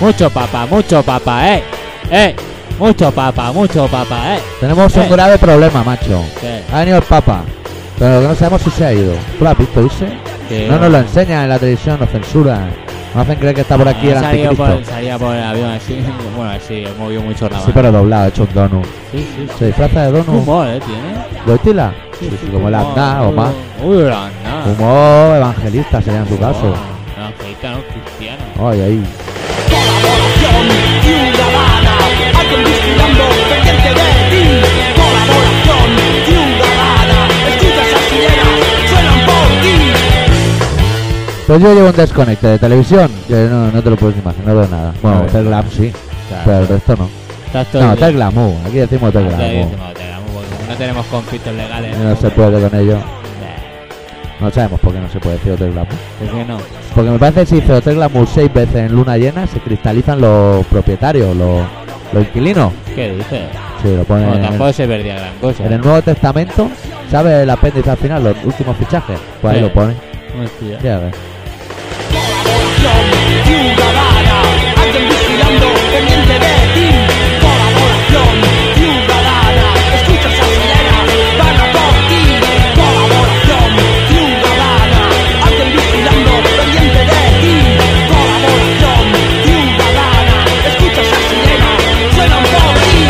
mucho papa, mucho papa, eh. Eh, mucho papa, mucho papa, eh. Tenemos Eh. un grave problema, macho. ¿Qué? Ha venido el Papa, pero no sabemos si se ha ido. ¿Tú lo has visto, dice? Sí, No nos lo bueno. enseñan en la televisión, nos censuran. Nos hacen creer que está por aquí Ah, el salía anticristo. por, salía por el avión así. Bueno, así, movió mucho la mano. Sí, pero doblado, hecho un donut. sí, sí. Se disfraza de Un donut. humor, eh, tiene. ¿Lo estila? Sí, sí, como el humor, anda o uy, más. Uy, el anda. Humor evangelista sería en su caso. No, angelista no, cristiano. Ay, ahí. Colaboración ciudadana, alguien vigilando, pendiente de ti. Colaboración ciudadana, escucha esas sirenas, suenan por ti. Pues yo llevo un desconecte de televisión, que no, no te lo puedes ni imaginar de nada. A Bueno, ver. Telegram sí, Claro. pero el resto no. Estás todo No, el día- Telegram, aquí decimos Ah, todo el día Telegram. encima de Telegram, porque No tenemos conflictos legales. No se puede con ello. No sabemos por qué no se puede decir Telegram. ¿Por qué no? Porque me parece que si dice Hotel Glamour seis veces en luna llena se cristalizan los propietarios, los, los inquilinos. ¿Qué dices? Sí, lo ponen Bueno, en, tampoco el, se perdía gran cosa. en el Nuevo Testamento. ¿Sabes el apéndice al final, los últimos fichajes? Pues ahí Sí. lo ponen. Hostia. Ya ves. Colaboración ciudadana, alguien vigilando, pendiente de ti. Colaboración ciudadana, escucha esas sirenas, van a por ti. Colaboración ciudadana, alguien vigilando, pendiente de ti. Colaboración ciudadana, escucha esas sirenas, suenan por ti.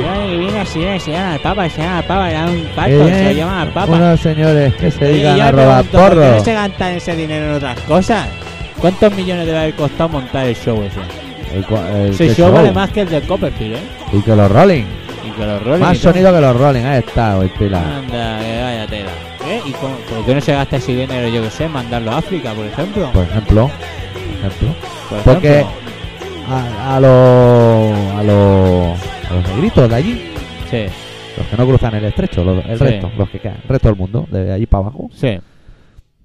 Ya, y viene así, eh, se llama al Papa, se llama al Papa, le da un Que pato, pues, se vienen llama al Papa. Unos señores que se Y digan yo a me robar pregunto, ¿por qué porros. no se gastan ese dinero en otras cosas? ¿Cuántos millones debe haber costado montar el show ese? El cua- el Ese que show show. vale más que el de Copperfield, ¿eh? Y que los Rolling. Y que los Rolling. Más y todo. sonido que los Rolling. Ahí está, hoy pila. Anda, que vaya tela. ¿Eh? ¿Y cómo- por qué no se gasta ese dinero, yo que sé, mandarlo a África, por ejemplo? Por ejemplo. Por ejemplo. Por porque- ejemplo. A, a los. A los. A los negritos de allí. Sí, Los que no cruzan el estrecho, los- el Sí. resto, los que quedan, el resto del mundo, de allí para abajo. sí.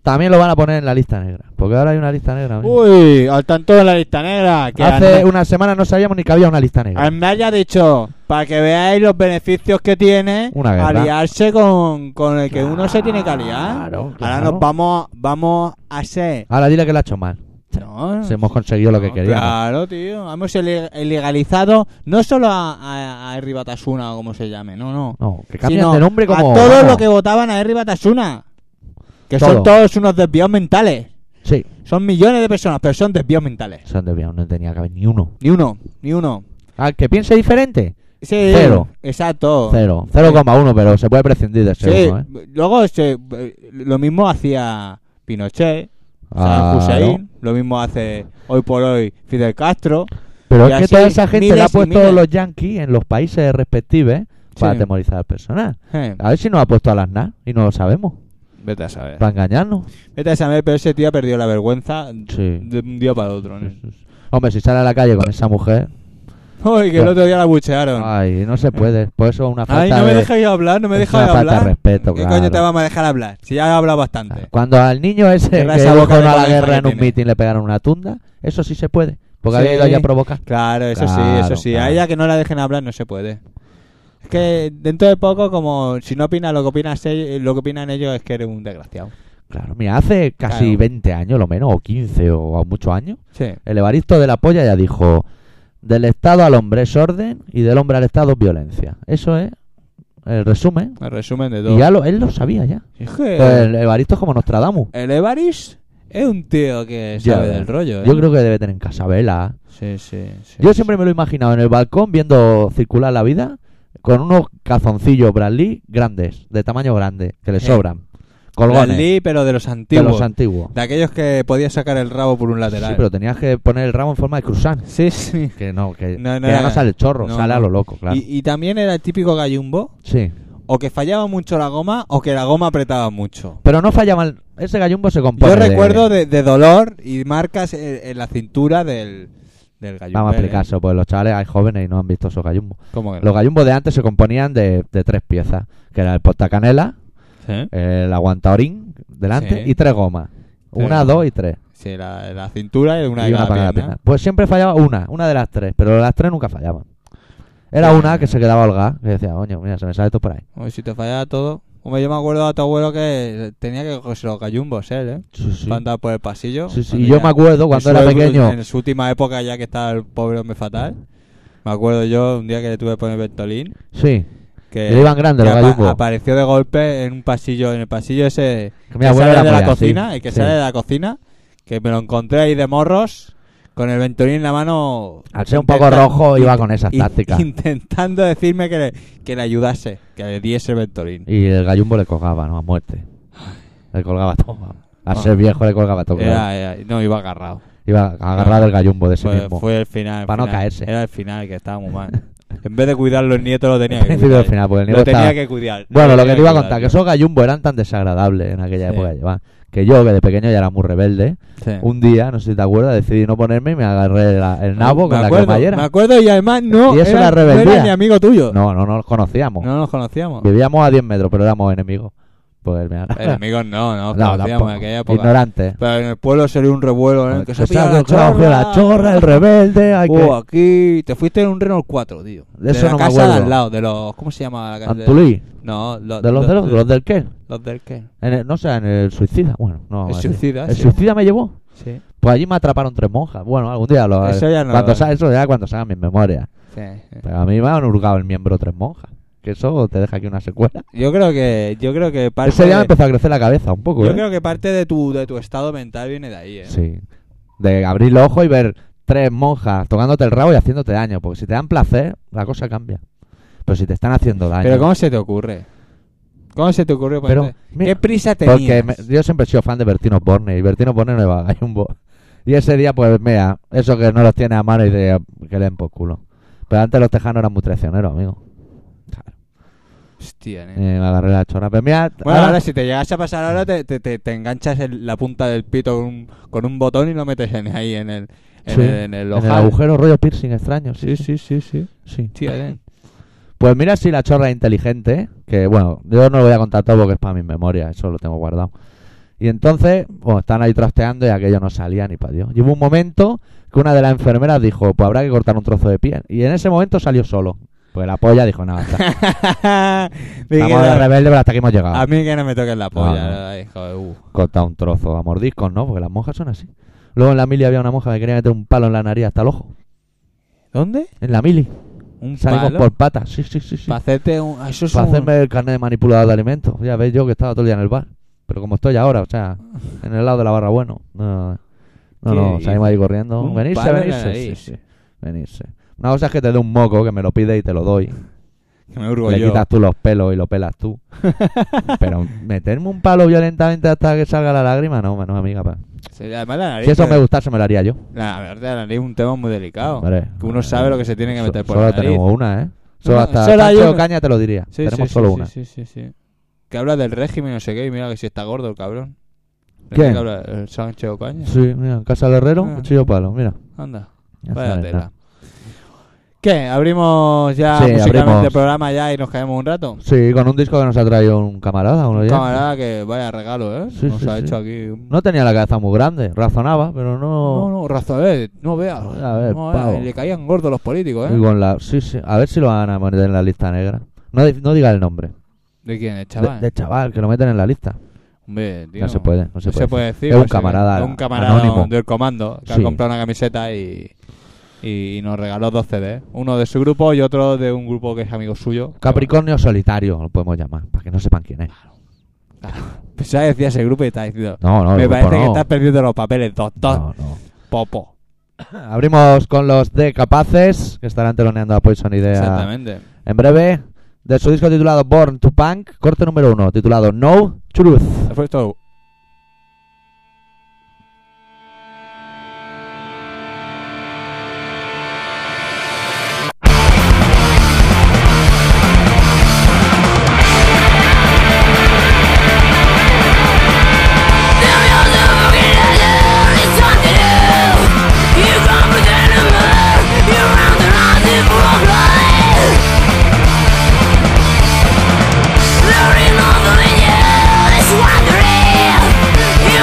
También lo van a poner en la lista negra, porque ahora hay una lista negra. amigo. Uy, al tanto de la lista negra. Que Hace Aznar- una semana no sabíamos ni que había una lista negra. Aznar ya ha dicho, para que veáis los beneficios que tiene Una guerra. aliarse con, con el que uno se tiene que aliar. Claro, Ahora claro. nos vamos, vamos a ser. Ahora dile que lo ha hecho mal. No, Si hemos conseguido lo que Ah. no, queríamos. Claro, tío. Hemos ele- legalizado no solo a, a, a Herri Batasuna o como se llame, no, no. No, que cambien sino de nombre como. A todos vamos. los que votaban a Herri Batasuna. Que Todo. son todos unos desvíos mentales. Sí, Son millones de personas, pero son desvíos mentales. son desviados, no tenía que haber ni uno. Ni uno, ni uno. Al que piense diferente, Sí, Cero. Exacto. cero. 0,1, pero se puede prescindir de ese Sí, uno, ¿eh? luego se- lo mismo hacía Pinochet, Ah, Saddam Hussein, no. lo mismo hace hoy por hoy Fidel Castro. Pero Y es que así, toda esa gente le ha miles y puesto miles. los yankees en los países respectivos ¿eh? para Sí. atemorizar al personal. Eh, A ver si nos ha puesto a las NAS y no lo sabemos. Vete a saber. Para engañarnos. Vete a saber, pero ese tío ha perdido la vergüenza Sí. de un día para otro. ¿no? Hombre, si sale a la calle con esa mujer. Uy, que el Ya. otro día la buchearon. Ay, no se puede. Por eso una falta Ay, no me de. dejáis hablar, no me es dejáis una hablar. falta de respeto, ¿Qué claro. coño te vamos a dejar hablar? Si ya he hablado bastante. Ah, Cuando al niño ese que Cierra esa boca dijo de no a la coneja guerra que en un tiene. mitin le pegaron una tunda, eso sí se puede. Porque Sí. había ido allí a provocar. Claro, eso Claro, sí, eso sí. claro. A ella que no la dejen hablar no se puede. Es que dentro de poco, como si no opina lo que opinas, ell- lo que opinan ellos es que eres un desgraciado. Claro, mira, hace casi Claro. 20 años lo menos, o 15 o muchos años, Sí. el Evaristo de la Polla ya dijo: del Estado al hombre es orden y del hombre al Estado es violencia. Eso es el resumen. El resumen de todo. Y ya lo, él lo sabía ya. Es que Pues el Evaristo es como Nostradamus. el Evaris es un tío que pues, Ya sabe ves. del rollo. ¿eh? Yo creo que debe tener en casa vela. Sí, sí, sí. Yo siempre me lo he imaginado en el balcón viendo circular la vida con unos calzoncillos Bradley grandes, de tamaño grande, que le Sí. sobran. Colgones Las Lee, pero de los de antiguos. los antiguos. De aquellos que podía sacar el rabo por un lateral. Sí, pero tenías que poner el ramo en forma de cruzán. sí. sí. Que no, que, No, no que ya era- no sale el chorro, no, sale a no. lo loco, claro. Y, y también era el típico gallumbo, Sí. o que fallaba mucho la goma, o que la goma apretaba mucho. Pero no falla mal. Ese gallumbo se compone. Yo recuerdo de, de dolor y marcas en, en la cintura del, del gallumbo. eh. Vamos a explicarse, pues los chavales hay jóvenes y no han visto esos gallumbos. ¿Cómo que no? Los gallumbos de antes se componían de, de tres piezas, que era el portacanela, ¿Eh? el aguantaorín delante Sí. y tres gomas. Tres Una, gomas. dos y tres. Sí, la, la cintura y una, de y una cada para cada pierna. pierna. Pues siempre fallaba una, una de las tres, pero las tres nunca fallaban. Era una que se quedaba holgada, que decía, coño, mira, se me sale esto por ahí. Oye, si te fallaba todo. Hombre, yo me acuerdo de tu abuelo que tenía que cogerse los gallumbos él, ¿eh? Sí, sí. Para andar por el pasillo. Sí, sí, Cuando y yo ya- me acuerdo cuando en era su- pequeño. En su última época, ya que estaba el pobre hombre fatal. Me acuerdo yo un día que le tuve que poner Bertolín. Sí, Que, que le iban grandes que los apa- gallumbos. apareció de golpe en un pasillo, en el pasillo ese Que mi que abuelo sale era de la polla, sí, cocina, el que sí. sale de la cocina, que me lo encontré ahí de morros, con el ventolín en la mano. Al ser un poco intenta- rojo, iba in- con esas in- tácticas. Intentando decirme que le, que le ayudase, que le diese el ventolín. Y el gallumbo le colgaba, ¿no? A muerte. Le colgaba todo. Al Ah. ser viejo le colgaba todo. claro. Era- era- no, iba agarrado. Iba agarrado el gallumbo de ese Fue, mismo. Pues fue el final. el Pa' no final. caerse. Era el final, que estaba muy mal. en vez de cuidar los nietos, lo tenía Al que principio cuidar. al final, porque el lo niño tenía estaba- que cuidar. Bueno, lo tenía que te iba a cuidar, contar, que yo. esos gallumbos eran tan desagradables en aquella Sí. época que llevaban, Que yo, que de pequeño ya era muy rebelde, Sí. un día, no sé si te acuerdas, decidí no ponerme y me agarré la- el nabo Me con acuerdo, la cremallera. Me acuerdo y además no, Y eso era, era no era rebeldía. ni amigo tuyo. No, no, no nos conocíamos. No nos conocíamos. Vivíamos a 10 metros, pero éramos enemigos. Pues me Eh, amigos no, no, nos conocíamos tampoco. en aquella época. Ignorantes. Pero en el pueblo sería un revuelo, ¿eh? Que se ha Pues pillado algo que se ha cogido la chorra, el rebelde, hay Uh, aquí te fuiste en un Renault 4, tío. De eso la no me casa de acuerdo. al lado, de los... ¿Cómo se llama la que... casa? de- Antulí. No, los... ¿De los de los, de los del qué? los del qué? En el- no sé, en el suicida. Bueno, no. El así. suicida, El sí. suicida me llevó. Sí, Pues allí me atraparon tres monjas. Bueno, algún día lo. Eso ya no cuando lo- sa- eso ya cuando salgan mis memorias. sí. Pero a mí me han hurgado el miembro tres monjas. Que eso te deja aquí una secuela. Yo creo que... Yo creo que parte... Ese día me de- empezó a crecer la cabeza un poco, yo ¿eh? creo que parte de tu, de tu estado mental viene de ahí, ¿eh? Sí. De abrir los ojos y ver tres monjas tocándote el rabo y haciéndote daño. Porque si te dan placer, la cosa cambia. Pero si te están haciendo daño. Pero ¿cómo se te ocurre? ¿Cómo se te ocurrió? Pero, ponerte- mira, ¿Qué prisa Porque tenías? me- yo siempre he sido fan de Bertino Borne y Bertino Borne no iba a Gallimbo. Y ese día, pues, mira, eso que no los tiene a mano y de, que le den por culo. Pero antes los tejanos eran muy traicioneros, amigo. Hostia, Y nene. me agarré la chona. Pero mira, Eh. Bueno, ahora, Eh, ahora- si te llegas a pasar ahora, te, te, te, te enganchas el- la punta del pito con un, con un botón y lo metes en, ahí en el, en el, Sí, en el en el ojal. agujero rollo piercing extraño. Sí, sí, sí, sí. sí. Hostia, nen. Pues mira si la chorra es inteligente, que bueno, yo no lo voy a contar todo porque es para mis memorias, eso lo tengo guardado. Y entonces, bueno, están ahí trasteando y aquello no salía ni para Dios. Y hubo un momento que una de las enfermeras dijo, pues habrá que cortar un trozo de piel. Y en ese momento salió solo. Pues la polla dijo, nada, está. Dije, Estamos de "No, rebelde, pero hasta aquí hemos a llegado. mí que no me toques la polla. no. Ay, joder, uh. Corta un trozo a mordiscos, ¿no? Porque las monjas son así. Luego en la mili había una monja que quería meter un palo en la nariz hasta el ojo. ¿Dónde? En la mili. Un Salimos palo. por patas. Sí, sí, sí, sí. Para hacerte un... ah, Eso es para un- hacerme el carnet de manipulador de alimentos. Ya veis yo que estaba todo el día en el bar. Pero como estoy ahora, o sea, en el lado de la barra bueno. No, no, no, ¿Qué salimos ahí corriendo. Un venirse, palo en la venirse. Sí, nariz. sí, venirse. Una cosa es que te dé un moco que me lo pide y te lo doy. Que me hurgo Le yo. quitas tú los pelos y lo pelas tú. Pero meterme un palo violentamente hasta que salga la lágrima, no, no, amiga. pa. Sí, además la nariz... Si eso que- me gustase, me lo haría yo. La verdad, la nariz es un tema muy delicado. Hombre, que uno sabe lo que se tiene que so- meter por Solo la nariz. tenemos una, ¿eh? Solo No, hasta solo hay Pancho una. Caña te lo diría. Sí, tenemos sí, solo sí, una. Sí, sí, sí, sí. Que habla del régimen, no sé qué, y mira que si está gordo el cabrón. ¿De ¿Quién? qué habla? ¿El Sánchez Ocaña? Sí, mira, en casa del herrero, Ah. cuchillo palo, mira. Anda, Ya vaya sabes, tela. ¿Qué? ¿Abrimos ya Sí, musicalmente abrimos. el programa ya y nos caemos un rato? Sí, con un disco que nos ha traído un camarada, un oyente. Camarada, que vaya regalo, ¿eh? Sí, nos sí, ha sí. hecho aquí... un- No tenía la cabeza muy grande, razonaba, pero No, no. no, razonable, no veas. A ver, no veas, pavo. y le caían gordos los políticos, Y ¿eh? con la, sí, sí, a ver si lo van a poner en la lista negra. No, di- no diga el nombre. ¿De quién, el De- chaval? del chaval, que lo meten en la lista. Hombre, tío, No se puede, no se no puede. se puede decir. Es un no se puede. camarada Es un camarada anónimo. del comando que Sí. ha comprado una camiseta y, y nos regaló dos CDs. Uno de su grupo y otro de un grupo que es amigo suyo. Capricornio solitario, lo podemos llamar, para que no sepan quién es. Pensaba que decía ese grupo y estaba diciendo... No, no, el Me grupo parece que no. estás perdiendo los papeles, doctor. No, no. Popo. Abrimos con los de Capaces, que estarán teloneando a Poison Idea. Exactamente. En breve, de su disco titulado Born to Punk, corte número uno, titulado No Truth. Eso fue todo. Wandering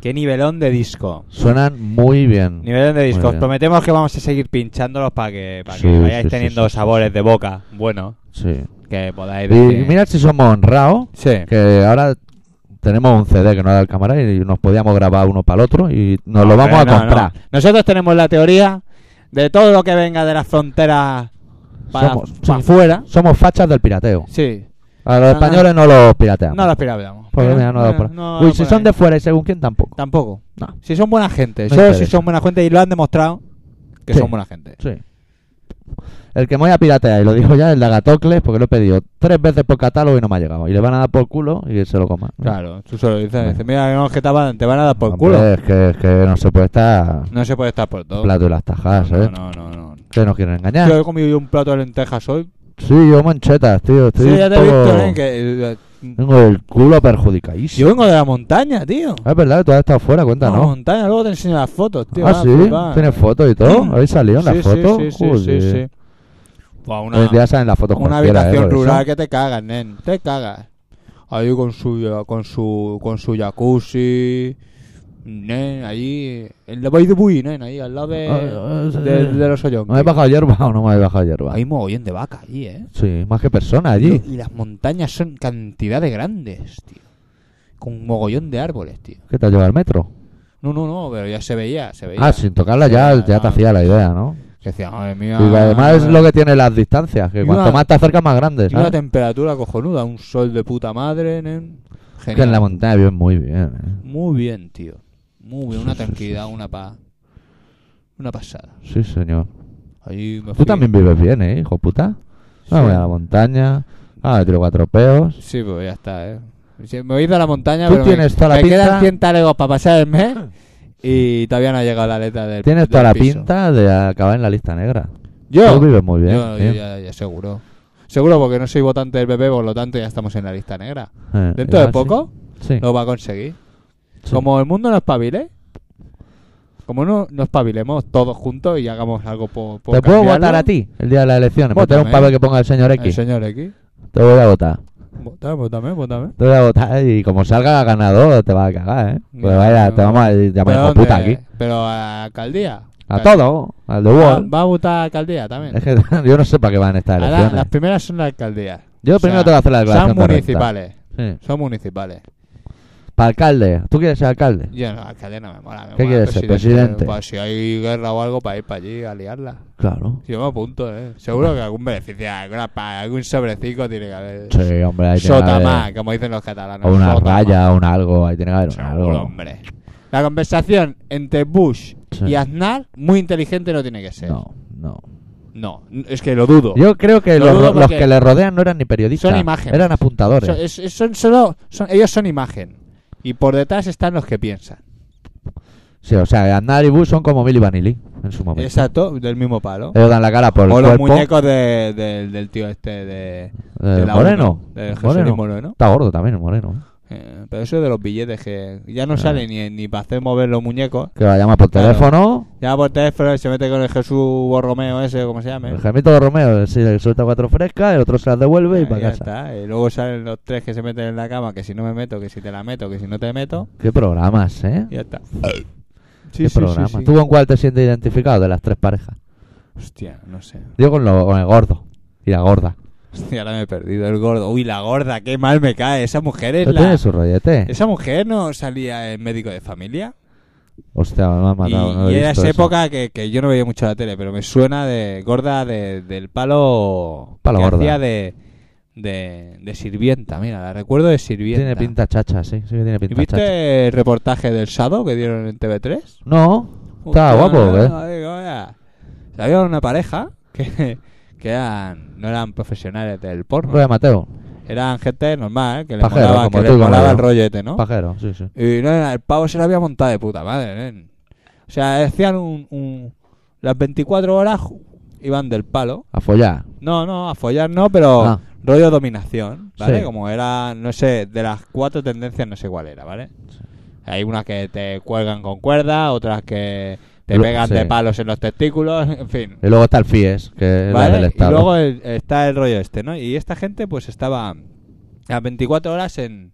Qué nivelón de disco. Suenan muy bien. Nivelón de disco. Muy Os bien. prometemos que vamos a seguir pinchándolos para que, para que Sí, vayáis sí, sí, teniendo sí, sí, sabores sí. de boca. Bueno, Sí. que podáis Y decir- mira si somos honrados, Sí. que ahora tenemos un CD que nos da el cámara y nos podíamos grabar uno para el otro y nos lo No, Pues vamos a hombre, no, comprar. no. Nosotros tenemos la teoría de todo lo que venga de las fronteras para, Somos- para sí. afuera. Somos fachas del pirateo. Sí. A los No, no. españoles no los pirateamos. No las pirateamos. Porque, mira, Pues no lo Bueno, por- no Uy, lo si por son ahí. de fuera y según quién tampoco. Tampoco. No. Si son buena gente. No Solo si interesa. son buena gente y lo han demostrado que Sí. son buena gente. Sí. El que me voy a piratear, y lo dijo ya, el de Agatocles, porque lo he pedido tres veces por catálogo y no me ha llegado. Y le van a dar por culo y que se lo coma. Claro. Tú solo dices, Bueno. dices, mira, no, que te van, te van a dar por Hombre, culo. Es que, es que no se puede estar No se puede estar por todo. plato y las tajas, no, ¿eh? no, no, no. Que nos quieren engañar. Yo he comido yo un plato de lentejas hoy. Sí, yo manchetas, tío. Sí, Estoy ya un te he poco- visto, ¿eh? Que, eh, Tengo el culo perjudicadísimo. yo vengo de la montaña, tío. Ah, Es verdad que tú has estado fuera, No, cuéntanos. montaña, luego te enseño las fotos, tío. ah, vas a sí, flipar. tienes fotos y todo. ¿Habéis salido en las Sí, sí, fotos? Sí, sí, Joder. sí, sí. Buah, Hoy una, en día salen las fotos una cualquiera, ¿eh? habitación Por eso. rural que te cagas, nen. Te cagas. Ahí con su, con su, con su jacuzzi. Nen, allí. En la Bay de Buy, nen, ahí al lado de, Ah, ah, de, sí. de los hoyos. ¿No me he bajado hierba o no me he bajado hierba? Hay mogollón de vaca allí, eh. Sí, más que personas allí. Y las montañas son cantidades grandes, tío. Con un mogollón de árboles, tío. ¿Qué te ha llevado el metro? No, no, no, pero ya se veía, se veía. Ah, sin tocarla Sí, ya, ya, ya te no. hacía la idea, ¿no? Que decía, madre mía. Y además es lo que tiene las distancias, que Y cuanto una- más te acercas más grandes. Y una ¿sabes? temperatura cojonuda, un sol de puta madre, nen. Genial. Que en la montaña viven muy bien. Muy bien, tío. Muy bien, una Sí, sí, tranquilidad, sí, sí. una paz. Una pasada. ¿eh? Sí, señor. Ahí me Tú fui. también Ah, vives bien, ¿eh, hijo puta? Sí. No voy a la montaña. Ah, tiro cuatro peos. Sí, pues ya está, eh. Sí, Me voy de la montaña, Tú pero me- tienes toda la me pinta- quedan 100 talegos para pasar el mes y todavía no ha llegado la letra del Tienes del toda la piso. pinta de acabar en la lista negra. Tú Yo, vives muy bien. yo, yo ¿eh? ya, ya seguro. Seguro porque no soy votante del PP, por lo tanto ya estamos en la lista negra. Eh, Dentro de igual poco Sí. Sí, lo va a conseguir. sí. Como el mundo no espabile, como no nos espabilemos todos juntos y hagamos algo por, por Te puedo cambiarlo, votar a ti el día de las elecciones. Meter un Vótame. papel que ponga el señor El X. señor X. Te voy a votar. Votame, votame, votame. Te voy a votar y como salga ganador te vas a cagar, ¿eh? Pues No, vaya, no. te vamos a llamar hijo dónde? Ah. puta aquí. Pero a alcaldía. A Cal- todo, al de Va, Wall. va a votar a alcaldía también. Es que yo no sé para qué van estas Ahora, elecciones. las primeras son las alcaldías. Yo o primero sea, te voy a hacer la Son declaración de renta. municipales. Sí. Son municipales. Para alcalde. ¿Tú quieres ser alcalde? Yo no, alcalde no me mola. me ¿Qué mola quieres ser, presidente? Pues si hay guerra o algo, para ir para allí a liarla. Claro. Si yo me apunto, ¿eh? Seguro que algún beneficio, alguna pa- algún sobrecico tiene que haber. Sí, hombre, ahí tiene que Sotamá, haber... como dicen los catalanos. O una Sotamá. raya, o un algo, ahí tiene que haber un Seguro, algo. hombre. La conversación entre Bush Sí. y Aznar, muy inteligente no tiene que ser. No, no. No, n- es que lo dudo. Yo creo que Lo los, dudo los porque que le rodean no eran ni periodistas. son imágenes. Eran apuntadores. Son, es- es- son solo, son- ellos son imagen. Y por detrás están los que piensan. Sí, o sea, Aznar y Bush son como Milly Vanilli en su momento. Exacto, del mismo palo. Ellos dan la cara Eh, por el o los cuerpo. muñecos de- del- del tío este de, eh, de la moreno. ONU, de Jesús moreno. Moreno. Está gordo también el moreno. Eh, pero eso de los billetes que ya no Ah. sale ni, ni para hacer mover los muñecos. Que va a llamar por Claro. teléfono. Ya por teléfono se mete con el Jesús Borromeo ese, como se llama. El gemito de Romeo sí, le suelta cuatro frescas, el otro se las devuelve y Ya, para ya casa. está. Y luego salen los tres que se meten en la cama, que si no me meto, que si te la meto, que si no te meto, Qué programas, ¿eh? y ya está. Qué programas. ¿Tú con cuál te sientes identificado de las tres parejas? Hostia, no sé. Yo con, lo, con el gordo y la gorda. Hostia, ahora me he perdido el gordo. Uy, la gorda, qué mal me cae. Esa mujer es Pero la... tiene su rollete. Esa mujer no salía en médico de familia. Hostia, me ha Y, matado. no y he era visto esa eso. época que, que yo no veía mucho la tele, pero me suena de gorda de- del palo... Palo que gorda. hacía de, de, de sirvienta, mira, la recuerdo de sirvienta. Tiene pinta chacha, sí. Sí que tiene ¿Y pinta viste chacha. el reportaje del Sado que dieron en TV3? No. Estaba guapo, ¿o qué? ¿eh? Había una pareja que, que eran, no eran profesionales del porno, Roya Mateo. eran gente normal, ¿eh? que les Pajero, molaba, que como tú y les como molaba yo. el rollete, ¿no? Pajero, sí, sí. Y no, era- el pavo se lo había montado de puta madre, nen. O sea, hacían un, un- Las 24 horas ju- iban del palo. A follar. No, no, a follar no, pero Ah. rollo dominación, ¿vale? Sí. Como era, no sé, de las cuatro tendencias no sé cuál era, ¿vale? Hay unas que te cuelgan con cuerda, otras que te Lo- pegan sí. de palos en los testículos, en fin. Y luego está el FIES, que es la del ¿Vale? Y Estado. luego el- está el rollo este, ¿no? Y esta gente pues estaba las 24 horas en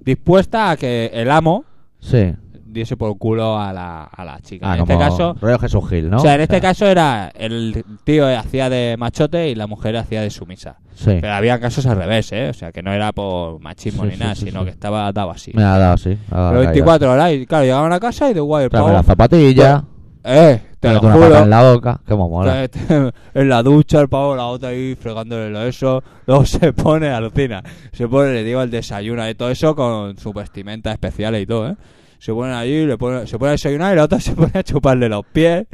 dispuesta a que el amo Sí. diese por culo a la, a la chica. Ah, en este como caso, rollo Jesús Gil, ¿no? o sea, en este caso era el tío hacía de machote y la mujer hacía de sumisa. Sí. Pero había casos al revés, ¿eh? O sea, que no era por machismo Sí, ni sí, nada, sí, sino sí. que estaba dado así. Me ha dado así. ha dado Pero la idea. 24 horas y claro, llegaban a casa y de guay el Tráeme pavo, la zapatilla, Eh, te lo tráete una pata juro. en la boca, que Te- mola. te- En la ducha, el pavo, la otra ahí fregándole lo eso. Luego se pone, alucina. Se pone, le digo, el desayuno de todo eso con sus vestimentas especiales y todo, ¿eh? Se ponen allí, le pone, se pone a desayunar y la otra se pone a chuparle los pies.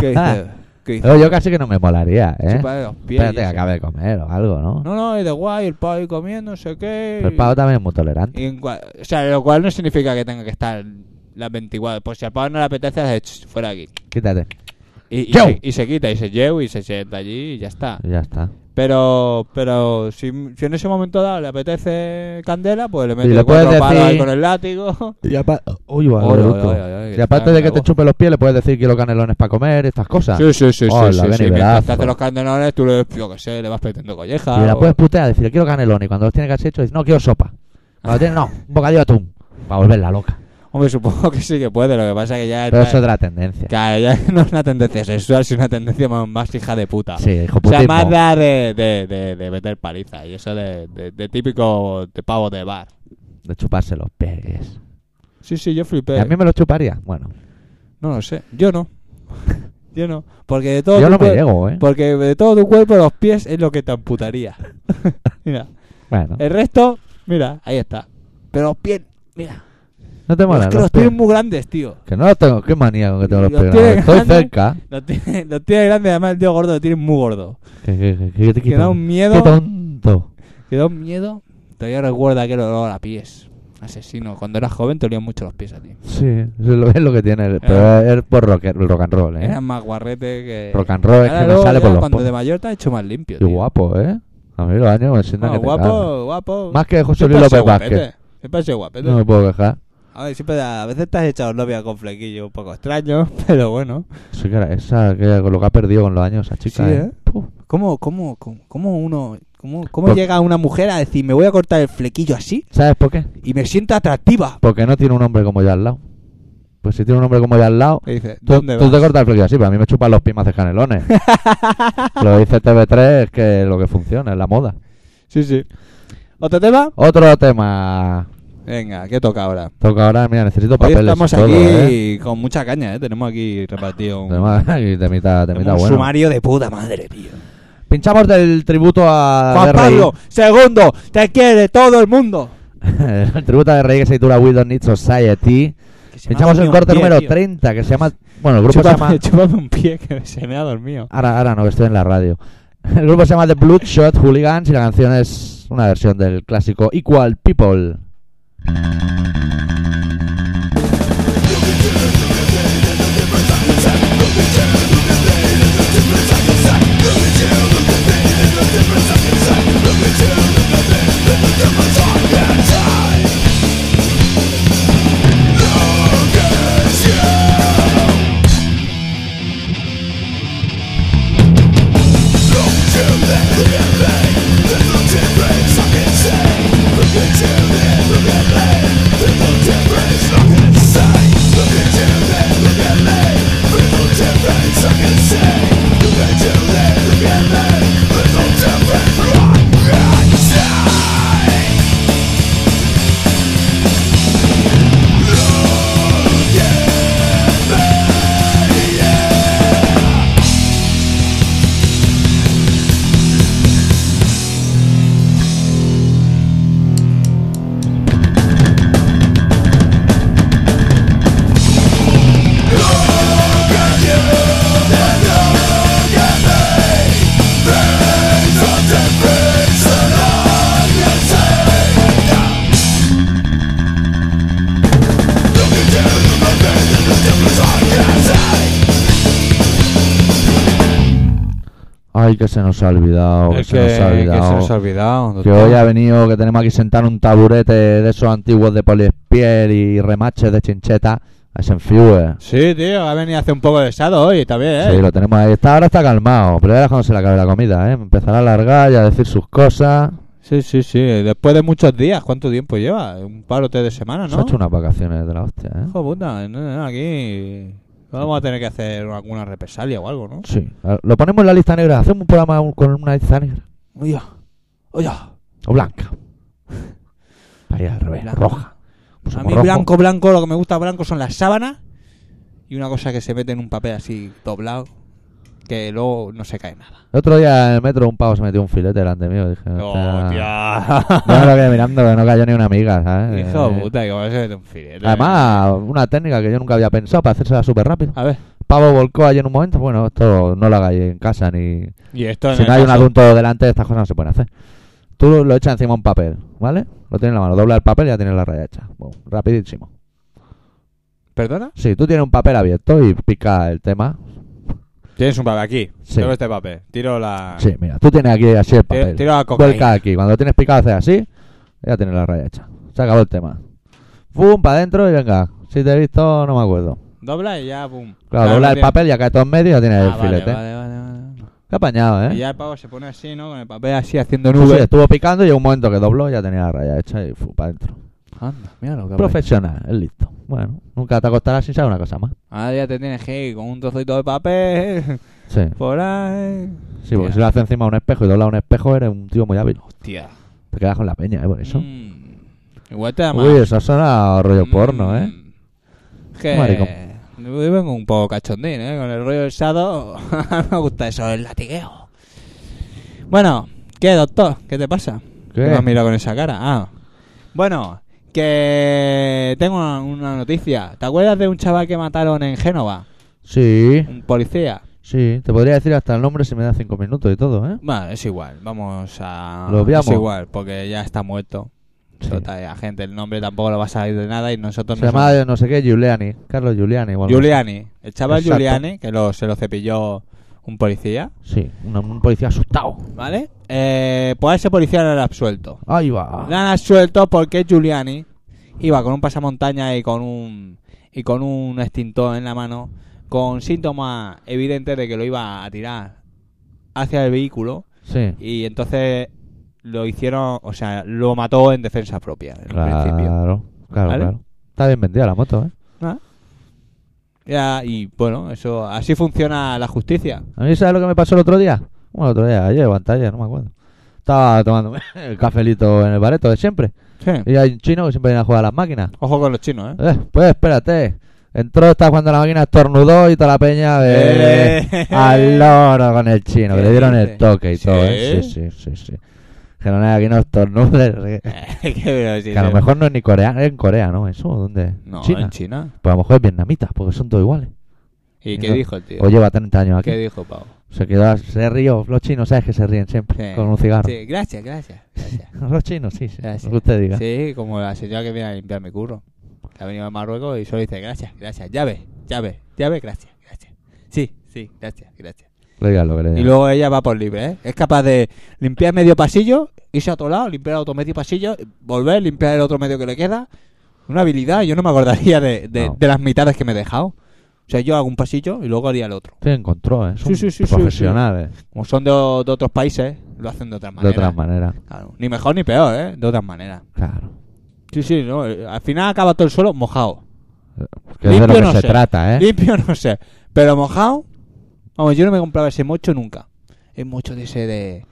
¿Qué dice? ¿Qué dice? Pero yo casi que no me molaría, ¿eh? Chuparle los pies. Espérate y que eso. acabe de comer o algo, ¿no? No, no, y de guay, el pavo ahí comiendo, no sé qué. Pero el pavo también es muy tolerante. Y en cua- o sea, lo cual no significa que tenga que estar las 24. Por si al pavo no le apetece, hace, "Ch, fuera de aquí. Quítate. Y, y Yeu. se, y se quita, y se lleva, y se sienta allí, y ya está. Y ya está. Pero, pero si, si en ese momento dado le apetece candela, pues le le mete cuatro puedes palos ahí decir- con el látigo. Y aparte... Uy, va, Oye, qué oye, bruto. oye, oye, Y que aparte está de que la te voz. chupe los pies, le puedes decir quiero canelones para comer, estas cosas. Sí, sí, sí, Hola, sí, sí, qué sí. nivelazo. Mientras te hace los candelones, tú le, yo qué sé, le vas metiendo colleja. Y la o- puedes putear, decir quiero canelones. Y cuando los tienes que haber hecho, dices, no, quiero sopa. Cuando tienes, no, un bocadillo de atún. Para volverla loca. Hombre, supongo que sí que puede, lo que pasa que ya... Pero eso es otra tendencia. Claro, ya no es una tendencia sexual, sino una tendencia más, más hija de puta. Sí, hijo O sea, putismo. más da de, de, de, de meter paliza y eso de, de, de típico de pavo de bar. De chuparse los pies. Sí, sí, yo Y flipé. a mí me los chuparía. Bueno, No lo sé, yo no. yo no. Porque de todo yo tu no me cuer- llego, ¿eh? Porque de todo tu cuerpo, los pies es lo que te amputaría. mira, Bueno, el resto, mira, ahí está. Pero los pies, mira. no te es mola. que los los pies. tienen muy grandes, tío. Que no los tengo, qué manía con que tengo los Los pies. tiene grandes. Estoy grandes. cerca. Los tiene, los tiene grandes, además el tío gordo lo tiene muy gordo. Que, que, que, que te Que da un Qué miedo. tonto. Que da un miedo. Todavía recuerda aquel olor a pies. Asesino, cuando eras joven te olían mucho los pies a ti. Sí, eso es lo, es lo que tiene. el- Pero Era- es por rock, el rock and roll, ¿eh? Eran más guarrete que. rock and roll es Ahora que me luego sale ya por los cuando po- de mayor te has hecho más limpio. Qué tío. guapo, ¿eh? A mí los años me sientan Bueno, que te guapo, cagas. guapo. Más que José Siempre Luis ha sido López Vázquez. guapete, Siempre ha sido guapete. No me puedo quejar. A ver, siempre a veces te has echado novia con flequillo un poco extraño, pero bueno. Sí, que era esa, que con lo que ha perdido con los años esa chica. Sí, ¿eh? ¿eh? ¿Cómo, cómo, cómo, cómo uno, cómo, cómo Por- llega una mujer a decir, me voy a cortar el flequillo así ¿Sabes por qué? y me siento atractiva? Porque no tiene un hombre como yo al lado. Pues si tiene un hombre como yo al lado, Y dice, tú, Eh, ¿dónde tú te vas? cortas el flequillo así, pero a mí me chupan los pies más de canelones. lo dice TV3, es que lo que funciona, es la moda. Sí, sí. ¿Otro tema? Otro tema. Venga, ¿qué toca ahora? Toca ahora, mira, necesito Hoy papeles. y estamos todo, aquí ¿eh? con mucha caña, ¿eh? Tenemos aquí repartido un, Tema- y de mitad, de tenemos mitad un bueno. sumario de puta madre, tío. Pinchamos del tributo a Juan DRI. Pablo, segundo, te quiere todo el mundo. el tributo de Rey que se titula We Don't Need Society. Que se me ha Pinchamos el dormido un corte pie, número tío. 30, que se llama. Bueno, el grupo se llama. Chúpame- chúpame un pie que se me ha dormido. Ahora, ahora no, que estoy en la radio. El grupo se llama The Bloodshot Hooligans y la canción es una versión del clásico Equal People. Ay, que se nos ha olvidado, que, Es se nos ha que se olvidado. nos ha olvidado. Que doctor. hoy ha venido, que tenemos aquí sentado un taburete de esos antiguos de poliespiel y remaches de chincheta. Es en Fue. Sí, tío, ha venido hace un poco de sado hoy también, ¿eh? Sí, lo tenemos ahí. Está, ahora está calmado, pero ahora es cuando se le acabe la comida, ¿eh? Empezará a largar y a decir sus cosas. Sí, sí, sí. Después de muchos días, ¿cuánto tiempo lleva? Un par o tres de semanas, Se ha ¿no? hecho ¿eh? unas vacaciones de la hostia, ¿eh? Hijo de puta, no, no, aquí vamos a tener que hacer alguna represalia o algo, ¿no? Sí. A- Lo ponemos en la lista negra. Hacemos un programa un- con una lista negra. Oye, oye, O blanca. Ahí al revés. Blanca. Roja. Pues a somos mí rojos. blanco, blanco, lo que me gusta blanco son las sábanas y una cosa que se mete en un papel así doblado que luego no se cae nada. El otro día en el metro un pavo se metió un filete delante mío. Dije, "Hostia". Yo me ¡Hostia! lo quedé mirando, pero no cayó ni una amiga, ¿sabes? Hijo de Eh, puta, que va a ser un filete. Además, una técnica que yo nunca había pensado para hacérsela súper rápido. a ver, Pavo volcó allí en un momento. Bueno, esto no lo hagáis en casa ni. y esto en Si el no hay un caso- adulto delante, estas cosas no se pueden hacer. Tú lo echas encima un papel, ¿vale? Lo tienes en la mano, dobla el papel y ya tienes la raya hecha. Boom, rapidísimo. ¿Perdona? Sí, tú tienes un papel abierto y pica el tema. Tienes un papel aquí. Sí. Tengo este papel. Tiro la. Sí, mira, tú tienes aquí así el Tiro, papel. tiro la cocaína. Vuelca aquí. Cuando lo tienes picado, haces así. Ya tienes la raya hecha. Se acabó el tema. Fum, para adentro y venga. Si te he visto, no me acuerdo. Dobla y ya, boom. Claro, dobla no el tiene- papel, ya cae todo en medio y ya tienes Ah, el vale, filete. Vale, vale, vale. Qué apañado, ¿eh? Y ya el pavo se pone así, ¿no? Con el papel así haciendo Sí, nubes. estuvo picando y llegó un momento que dobló y ya tenía la raya hecha y fue para adentro. Anda, mira lo que Profesional, es listo. Bueno, nunca te acostarás sin saber una cosa más. Ahora ya te tienes que ir con un trocito de papel Sí, por ahí. sí porque Hostia. si lo haces encima de un espejo y doblas un espejo, eres un tío muy hábil. Hostia. Te quedas con la peña, ¿eh? Por eso. Mm. Igual te da más. Uy, eso suena a rollo Mm. porno, ¿eh? Que... Maricón. Yo vengo un poco cachondín, ¿eh? Con el rollo del sado me gusta eso, el latigueo. Bueno, ¿qué, doctor? ¿Qué te pasa? ¿Qué? ¿Qué me has mirado con esa cara? Ah. Bueno, que tengo una, una noticia. ¿Te acuerdas de un chaval que mataron en Génova? Sí, Un policía. sí. Te podría decir hasta el nombre si me das cinco minutos y todo, ¿eh? Bueno, es igual, vamos a... Lo obviamos. Es igual, porque ya está muerto. Sí. Total, la gente, el nombre tampoco lo va a salir de nada y nosotros... Se no llama somos- no sé qué, Giuliani. Carlos Giuliani. o algo así. Giuliani, el chaval Exacto. Giuliani, que lo, se lo cepilló un policía, Sí, un, un policía asustado. ¿vale? Eh, pues a ese policía lo han absuelto. Ahí Lo va. han absuelto porque Giuliani iba con un pasamontaña y con un y con un extintor en la mano, con síntomas evidentes de que lo iba a tirar hacia el vehículo Sí. y entonces lo hicieron, o sea, lo mató en defensa propia en principio. Claro, claro, ¿Vale? claro. Está bien vendida la moto, ¿eh? Ya, y bueno, eso así funciona la justicia. A mí, ¿sabes lo que me pasó el otro día? Bueno, el otro día, ayer o anteayer, no me acuerdo. Estaba tomando el cafelito en el bareto de siempre. Sí. Y hay un chino que siempre viene a jugar a las máquinas. Ojo con los chinos, ¿eh? Eh, pues espérate. Entró, estaba cuando la máquina estornudó y toda la peña de... Eh. Al loro con el chino, que ¿Qué le dieron el dices? toque y ¿Sí? todo, ¿eh? Sí, sí, sí, sí. Que no hay aquí no estornudes. Que Qué velocidad. que a lo mejor no es ni coreano, es en Corea, ¿no? ¿Eso? ¿Dónde? No, China. en China. Pues a lo mejor es vietnamita, porque son todos iguales. ¿Y Sí, qué no. dijo el tío? O lleva 30 años aquí. ¿Qué dijo Pau? Se quedó, se rió. Los chinos, ¿sabes que se ríen siempre? Sí. Con un cigarro. Sí, gracias, gracias. gracias. Los chinos, sí, sí. Gracias. Lo que usted diga. Ah, Sí, como la señora que viene a limpiar mi curro. Que ha venido de Marruecos y solo dice gracias, gracias, llave, llave, llave, gracias, gracias. Sí, sí, gracias, gracias. Le diga lo que le Y diga. luego ella va por libre, ¿eh? Es capaz de limpiar medio pasillo, irse a otro lado, limpiar otro medio pasillo, volver, limpiar el otro medio que le queda. Una habilidad, yo no me acordaría de, de- No. de las mitades que me he dejado. O sea, yo hago un pasillo y luego haría el otro. Sí, encontró, ¿eh? Son Sí, sí, sí, sí, profesionales. Como son de, o- de otros países, lo hacen de otra De manera. otras maneras. Claro, Ni mejor ni peor, ¿eh? De otras maneras. Claro. Sí, sí, no. eh, Al final acaba todo el suelo mojado. Que es de lo Limpio que no se sé. trata, ¿eh? Limpio, no sé. Pero mojado. Vamos, yo no me compraba ese mocho nunca. Es mocho de ese de.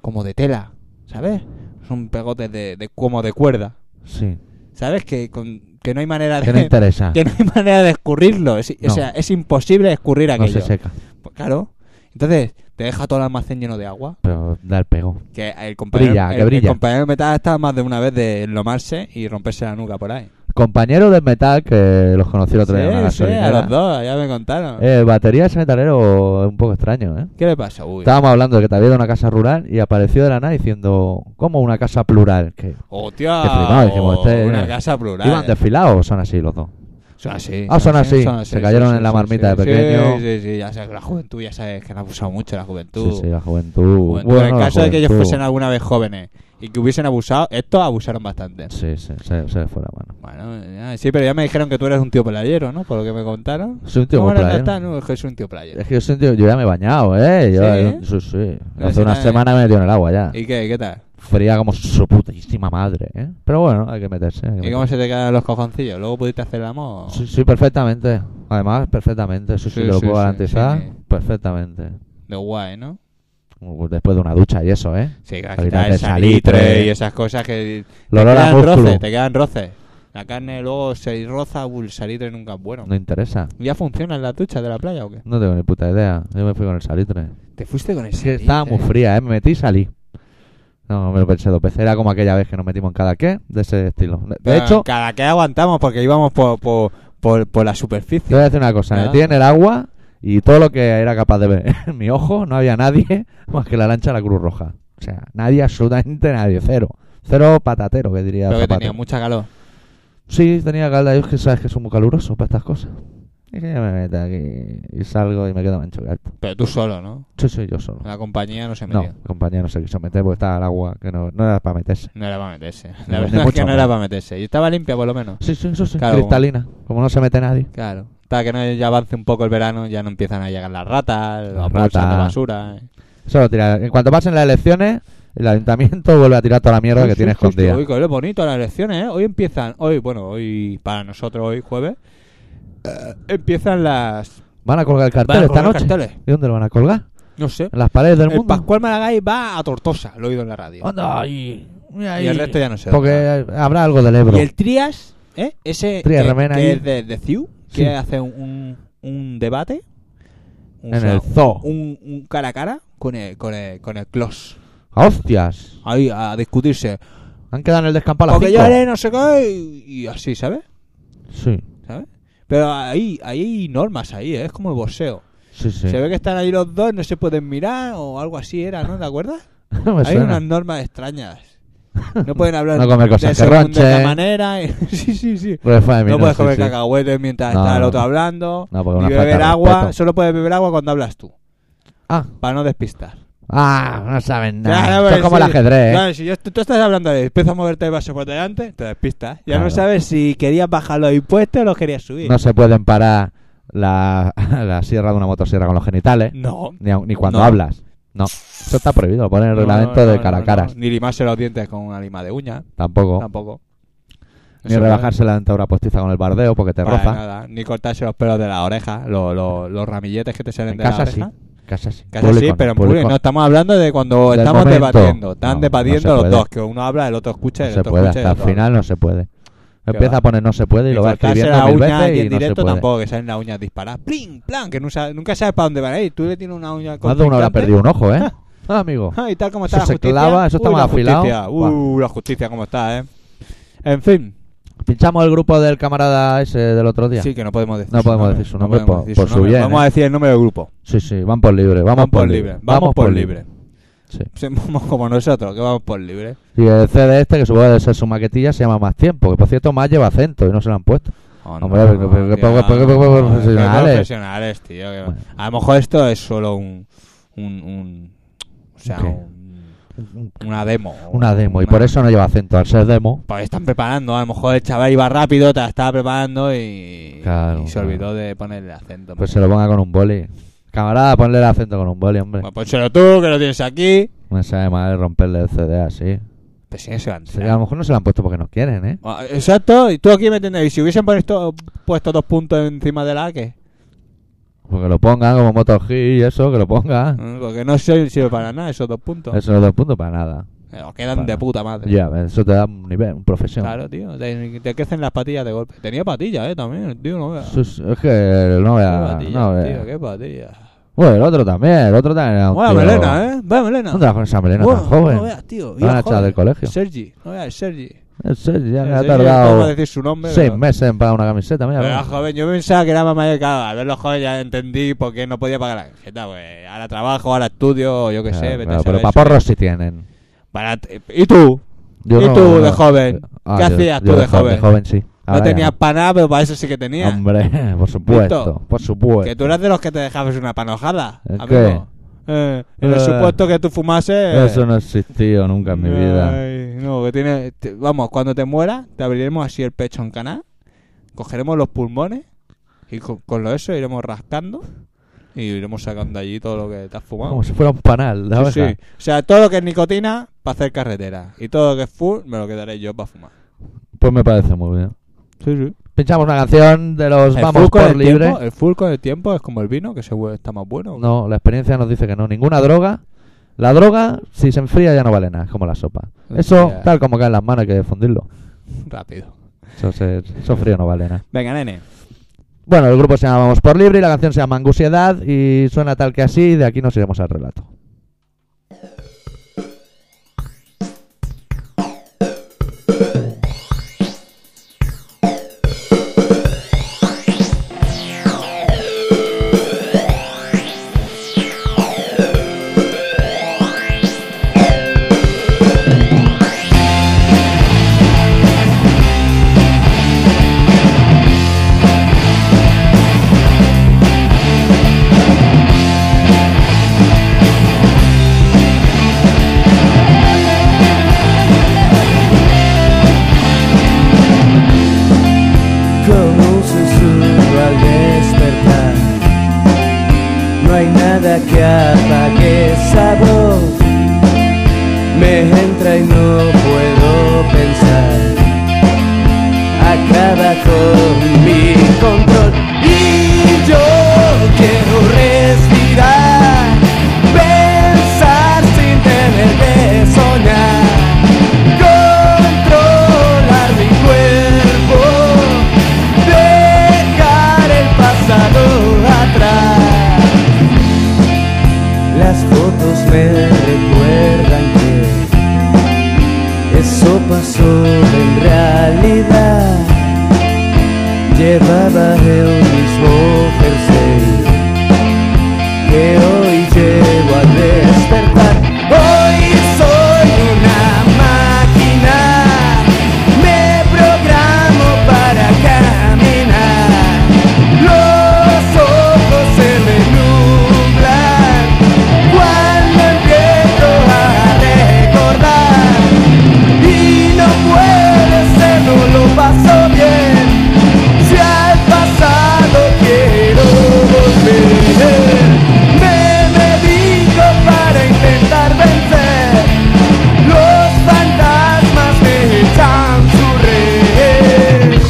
como de tela, ¿sabes? Son pegotes de, de- como de cuerda. Sí. ¿Sabes? Que, con- que no hay manera Que no de. interesa. que no hay manera de escurrirlo. Es- No. O sea, es imposible escurrir No aquello. se seca. Pues claro. Entonces, te deja todo el almacén lleno de agua. Pero da el pego. Que el compañero, Brilla, que el, el brilla. compañero metal está más de una vez de enlomarse y romperse la nuca por ahí. Compañero del metal que los conocí el otro día en una sí, sí, a gasolinera. los dos, ya me contaron. Eh, batería ese metalero es un poco extraño, ¿eh? ¿Qué le pasa? Uy. Estábamos hablando de que te había ido a una casa rural y apareció de la nada diciendo, ¿cómo una casa plural? Que Hostia, Qué flipado, dijimos, oh, este- una casa plural. ¿Iban desfilados o son así los dos? Son así. Ah, son así. son Se cayeron en la marmita de pequeño. Sí, sí, sí, ya sabes, que la juventud, ya sabes que han abusado mucho la juventud. Sí, sí, la juventud. Juventud. Bueno, en la caso de que ellos juventud. fuesen alguna vez jóvenes y que hubiesen abusado, estos abusaron bastante. Sí, sí, se, se le fue la mano. Bueno, ya- sí, pero ya me dijeron que tú eres un tío playero, ¿no? Por lo que me contaron. Soy un tío ¿Cómo muy eres, playero. Natán? No, es que soy un tío playero. Es que yo, soy un tío- yo ya me he bañado, ¿eh? Yo, ¿Sí? yo- sí, sí. Pero Hace si una no- semana me metí en el agua ya. ¿Y qué? ¿Qué tal? fría como su putísima madre, ¿eh? Pero bueno, hay que meterse. hay que ¿Y cómo se te quedan los cojoncillos? ¿Luego pudiste hacer el amor? Sí, sí, perfectamente. Además, perfectamente. Eso sí, Sí, te lo sí, puedo sí, garantizar. sí. Perfectamente. De guay, ¿no? Uh, Después de una ducha y eso, ¿eh? Sí, que Ahorita quitar el te salitre salitre. y esas cosas que... El olor te a quedan músculo. roces, te quedan roces. La carne luego se roza, uh, el salitre nunca es bueno. No interesa. ¿Ya funcionan las duchas de la playa o qué? No tengo ni puta idea. Yo me fui con el salitre. ¿Te fuiste con el Es que salitre? estaba muy fría, ¿eh? Me metí y salí. No, me lo pensé dos veces. Era como aquella vez que nos metimos en cada qué, de ese estilo. De- De Pero hecho, Cada que aguantamos porque íbamos por, por, por, por la superficie. te voy a decir una cosa. Me Nada. metí en el agua y todo lo que era capaz de ver en mi ojo, no había nadie más que la lancha de la Cruz Roja. O sea, nadie, absolutamente nadie. Cero. Cero patatero, que diría Creo que Zapatero. tenía mucha calor. Sí, tenía calda. Yo es que sabes que soy muy caluroso para estas cosas. Y que yo me meto aquí y salgo y me quedo mancho alto. Pero tú solo, ¿no? Yo soy yo solo. La compañía no Ah, se No, metió. el compañero se quiso meter porque estaba al agua, que no, no era para meterse. No era para meterse. Ni La verdad es mucho que no menos. era para meterse. Y estaba limpia por lo menos. Sí, sí, eso sí. Claro. Cristalina, como no se mete nadie. Claro. Hasta que no ya avance un poco el verano, ya no empiezan a llegar las ratas, Las los bolsas de ratas. basura. eh. Solo tira. En cuanto pasen las elecciones, el ayuntamiento vuelve a tirar toda la mierda que Uy, tiene sí, sí, escondida. sí, Uy, que es bonito las elecciones, ¿eh? Hoy empiezan, hoy, bueno, hoy para nosotros, hoy jueves, eh, empiezan las... Van a colgar el cartel Van a esta colgar noche. carteles. ¿Y dónde lo van a colgar? No sé. En las paredes del El mundo. Pascual Maragall va a Tortosa, lo he oído en la radio. Anda, ahí. Mira ahí. Y el resto ya no sé. dónde Porque habrá algo del Ebro. va. Y el Trias, ¿eh? Ese Trias, que, Ramén que ahí. es de, de CIU, Sí. que hace un, un, un debate. Un- En o sea, el zoo. un, un cara a cara con el, con el, con el Clos. ¡Hostias! Ahí a discutirse. Han quedado en el descampado a las Porque yo cinco. haré no sé qué y, y así, ¿sabes? Sí, ¿Sabes? Pero ahí, ahí hay normas ahí, ¿eh? es como el boxeo. sí, sí. Se ve que están ahí los dos, no se pueden mirar o algo así era, ¿no? ¿Te acuerdas? No me hay suena. unas normas extrañas. No pueden hablar No comer de cosas que según de ronchen. la manera. sí, sí, sí. Pues fue de mí, No puedes sí, comer sí. cacahuetes mientras No, está el no, otro no. hablando. No, porque ni una falta de beber agua. respeto. Solo puedes beber agua cuando hablas tú. Ah, Para no despistar. ah, no saben nada. Claro, Esto porque es como sí. el ajedrez, ¿eh? Claro, si yo- tú, tú estás hablando de empieza a moverte el vaso por delante, te despistas. Ya Claro. no sabes si querías bajar los impuestos o los querías subir. No se pueden parar la, la sierra de una motosierra con los genitales, No. ni, au- ni cuando No. hablas. No, eso está prohibido, lo pone en el No, reglamento no, de no, cara a no, caras. no. Ni limarse los dientes con una lima de uña. Tampoco. Tampoco. No Ni se puede. rebajarse la dentadura postiza con el bardeo porque te Para roza. nada. Ni cortarse los pelos de la oreja. Los, los, los ramilletes que te salen En de casa la sí. oreja. Casi así. Casi sí, pero en público. No estamos hablando de cuando Del estamos momento. debatiendo. Están No, no se debatiendo los puede. dos. Que uno habla, el otro escucha. y no el se otro puede, escucha y el hasta el otro habla. final no se puede. Empieza va. a poner no se puede y Y lo va cortarse escribiendo la mil uña veces y en y no se directo puede. tampoco, que salen las uñas disparadas. ¡Plim! ¡Plan! Que no sa- nunca sabes para dónde van a ir. Tú le tienes una uña Más de una hora contrincante. perdido un ojo, ¿eh? Ah, amigo. Ah, y tal como Eso está la se justicia. clava, eso está Uy, más la afilado. justicia. Uh, la justicia como está, ¿eh? En fin. Pinchamos el grupo del camarada ese del otro día. Sí, que no podemos decir No su podemos nombre. decir su nombre podemos por- decir por su bien, Vamos ¿eh? a decir el nombre del grupo. Sí, sí, van por libre, vamos, Vamos por libre. Vamos por libre. Sí. Somos como nosotros, que vamos por libre. Y el CD este, que supongo debe ser su maquetilla, se llama Más Tiempo, que por cierto más lleva acento y no se lo han puesto. Hombre, pero- pero- pero- tío, pero- pero- pero- pero- Oh, no, profesionales. profesionales, tío. que- Bueno. A lo mejor esto es solo un. un, un o sea, ¿Qué? un- una demo. Una demo, y Una- por eso no lleva acento, al ser demo. Pues están preparando, a lo mejor el chaval iba rápido, te la estaba preparando y, Claro, y se claro. olvidó de ponerle acento. Pues se lo ponga con un boli. Camarada, ponle el acento con un boli, hombre. Pues pónselo tú, que lo tienes aquí. Me sabe mal romperle el CD así. Pues sí, eso Sí, A lo mejor no se lo han puesto porque no quieren, ¿eh? Ah, Exacto, y tú aquí me entiendes. Y si hubiesen puesto, puesto dos puntos encima de la A, ¿qué? Porque lo pongan como Moto G y eso, que lo pongan. Mm, Porque no sirve sirve para nada esos dos puntos. Eso no da punto para nada. Eh, Os quedan de Para- puta madre. Ya, eso te da un nivel, un profesión. Claro, tío. Te, te crecen las patillas de golpe. Tenía patillas, eh, también, el tío. No veas. Eso es, es que no Qué vea. patillas, No vea. tío, qué patillas. Bueno, el otro también, el otro también. era un Buena tío- melena, eh. Buena melena. ¿Dónde vas con esa melena Bueno, tan joven? No veas, tío. Lo iba han echado joven. del colegio. Sergi, no veas, Sergi. En serio, ya El me ha Sergi, no puedo tardado decir su nombre. seis pero- meses en pagar una camiseta, mira. Pero mira. era joven, yo pensaba que era más mayor que ahora. Al ver los jóvenes ya entendí por qué no podía pagar la camiseta. Pues ahora trabajo, ahora estudio, yo qué Claro, sé. vete a claro, saber pero eso. paporros sí tienen. Barato. ¿Y tú? Yo ¿Y no- tú no- de joven? Ah, ¿Qué yo- hacías yo tú de De joven? joven sí. Ahora no ya tenías para nada, pero para eso sí que tenías. Hombre, por supuesto, Visto, por supuesto. Que tú eras de los que te dejabas una panojada, ¿El amigo. qué? Eh, en el Eh, supuesto que tú fumases... Eso no existió nunca en mi vida. Ay, no, que tiene... te- vamos, cuando te mueras, te abriremos así el pecho en canal, cogeremos los pulmones y con, con lo eso iremos rascando y iremos sacando allí todo lo que te has fumado. Como si fuera un panal, la Sí, sí. verdad. O sea, todo lo que es nicotina para hacer carretera. Y todo lo que es full me lo quedaré yo para fumar. Pues me parece muy bien. Sí, sí. Pinchamos una canción de los El Pues Vamos full con por el, Libre. tiempo, el full con el tiempo es como el vino, que se vuelve- está más bueno. No, la experiencia nos dice que no. Ninguna droga. La droga, si se enfría, ya no vale nada. Es como la sopa. Eso, Ya. tal como cae en las manos, hay que fundirlo. Rápido. Eso, se- eso frío no vale nada. Venga, nene. Bueno, el grupo se llama Vamos por Libre y la canción se llama Angusiedad y suena tal que así. Y de aquí nos iremos al relato. Como un susurro al despertar No hay nada que apague esa voz Me entra y no puedo pensar Acaba con mi control Y yo quiero respirar Pensar sin tener que soñar controlar mi cuerpo, dejar el pasado atrás. Las fotos me recuerdan que eso pasó en realidad. Llevaba el mismo jersey que hoy llego al despertar. Hoy soy una máquina, me programo para caminar. Los ojos se me nublan cuando empiezo a recordar. Y no puede ser, no lo paso bien. Si al pasado quiero volver, me medico para intentar vencer. Los fantasmas me echan su red.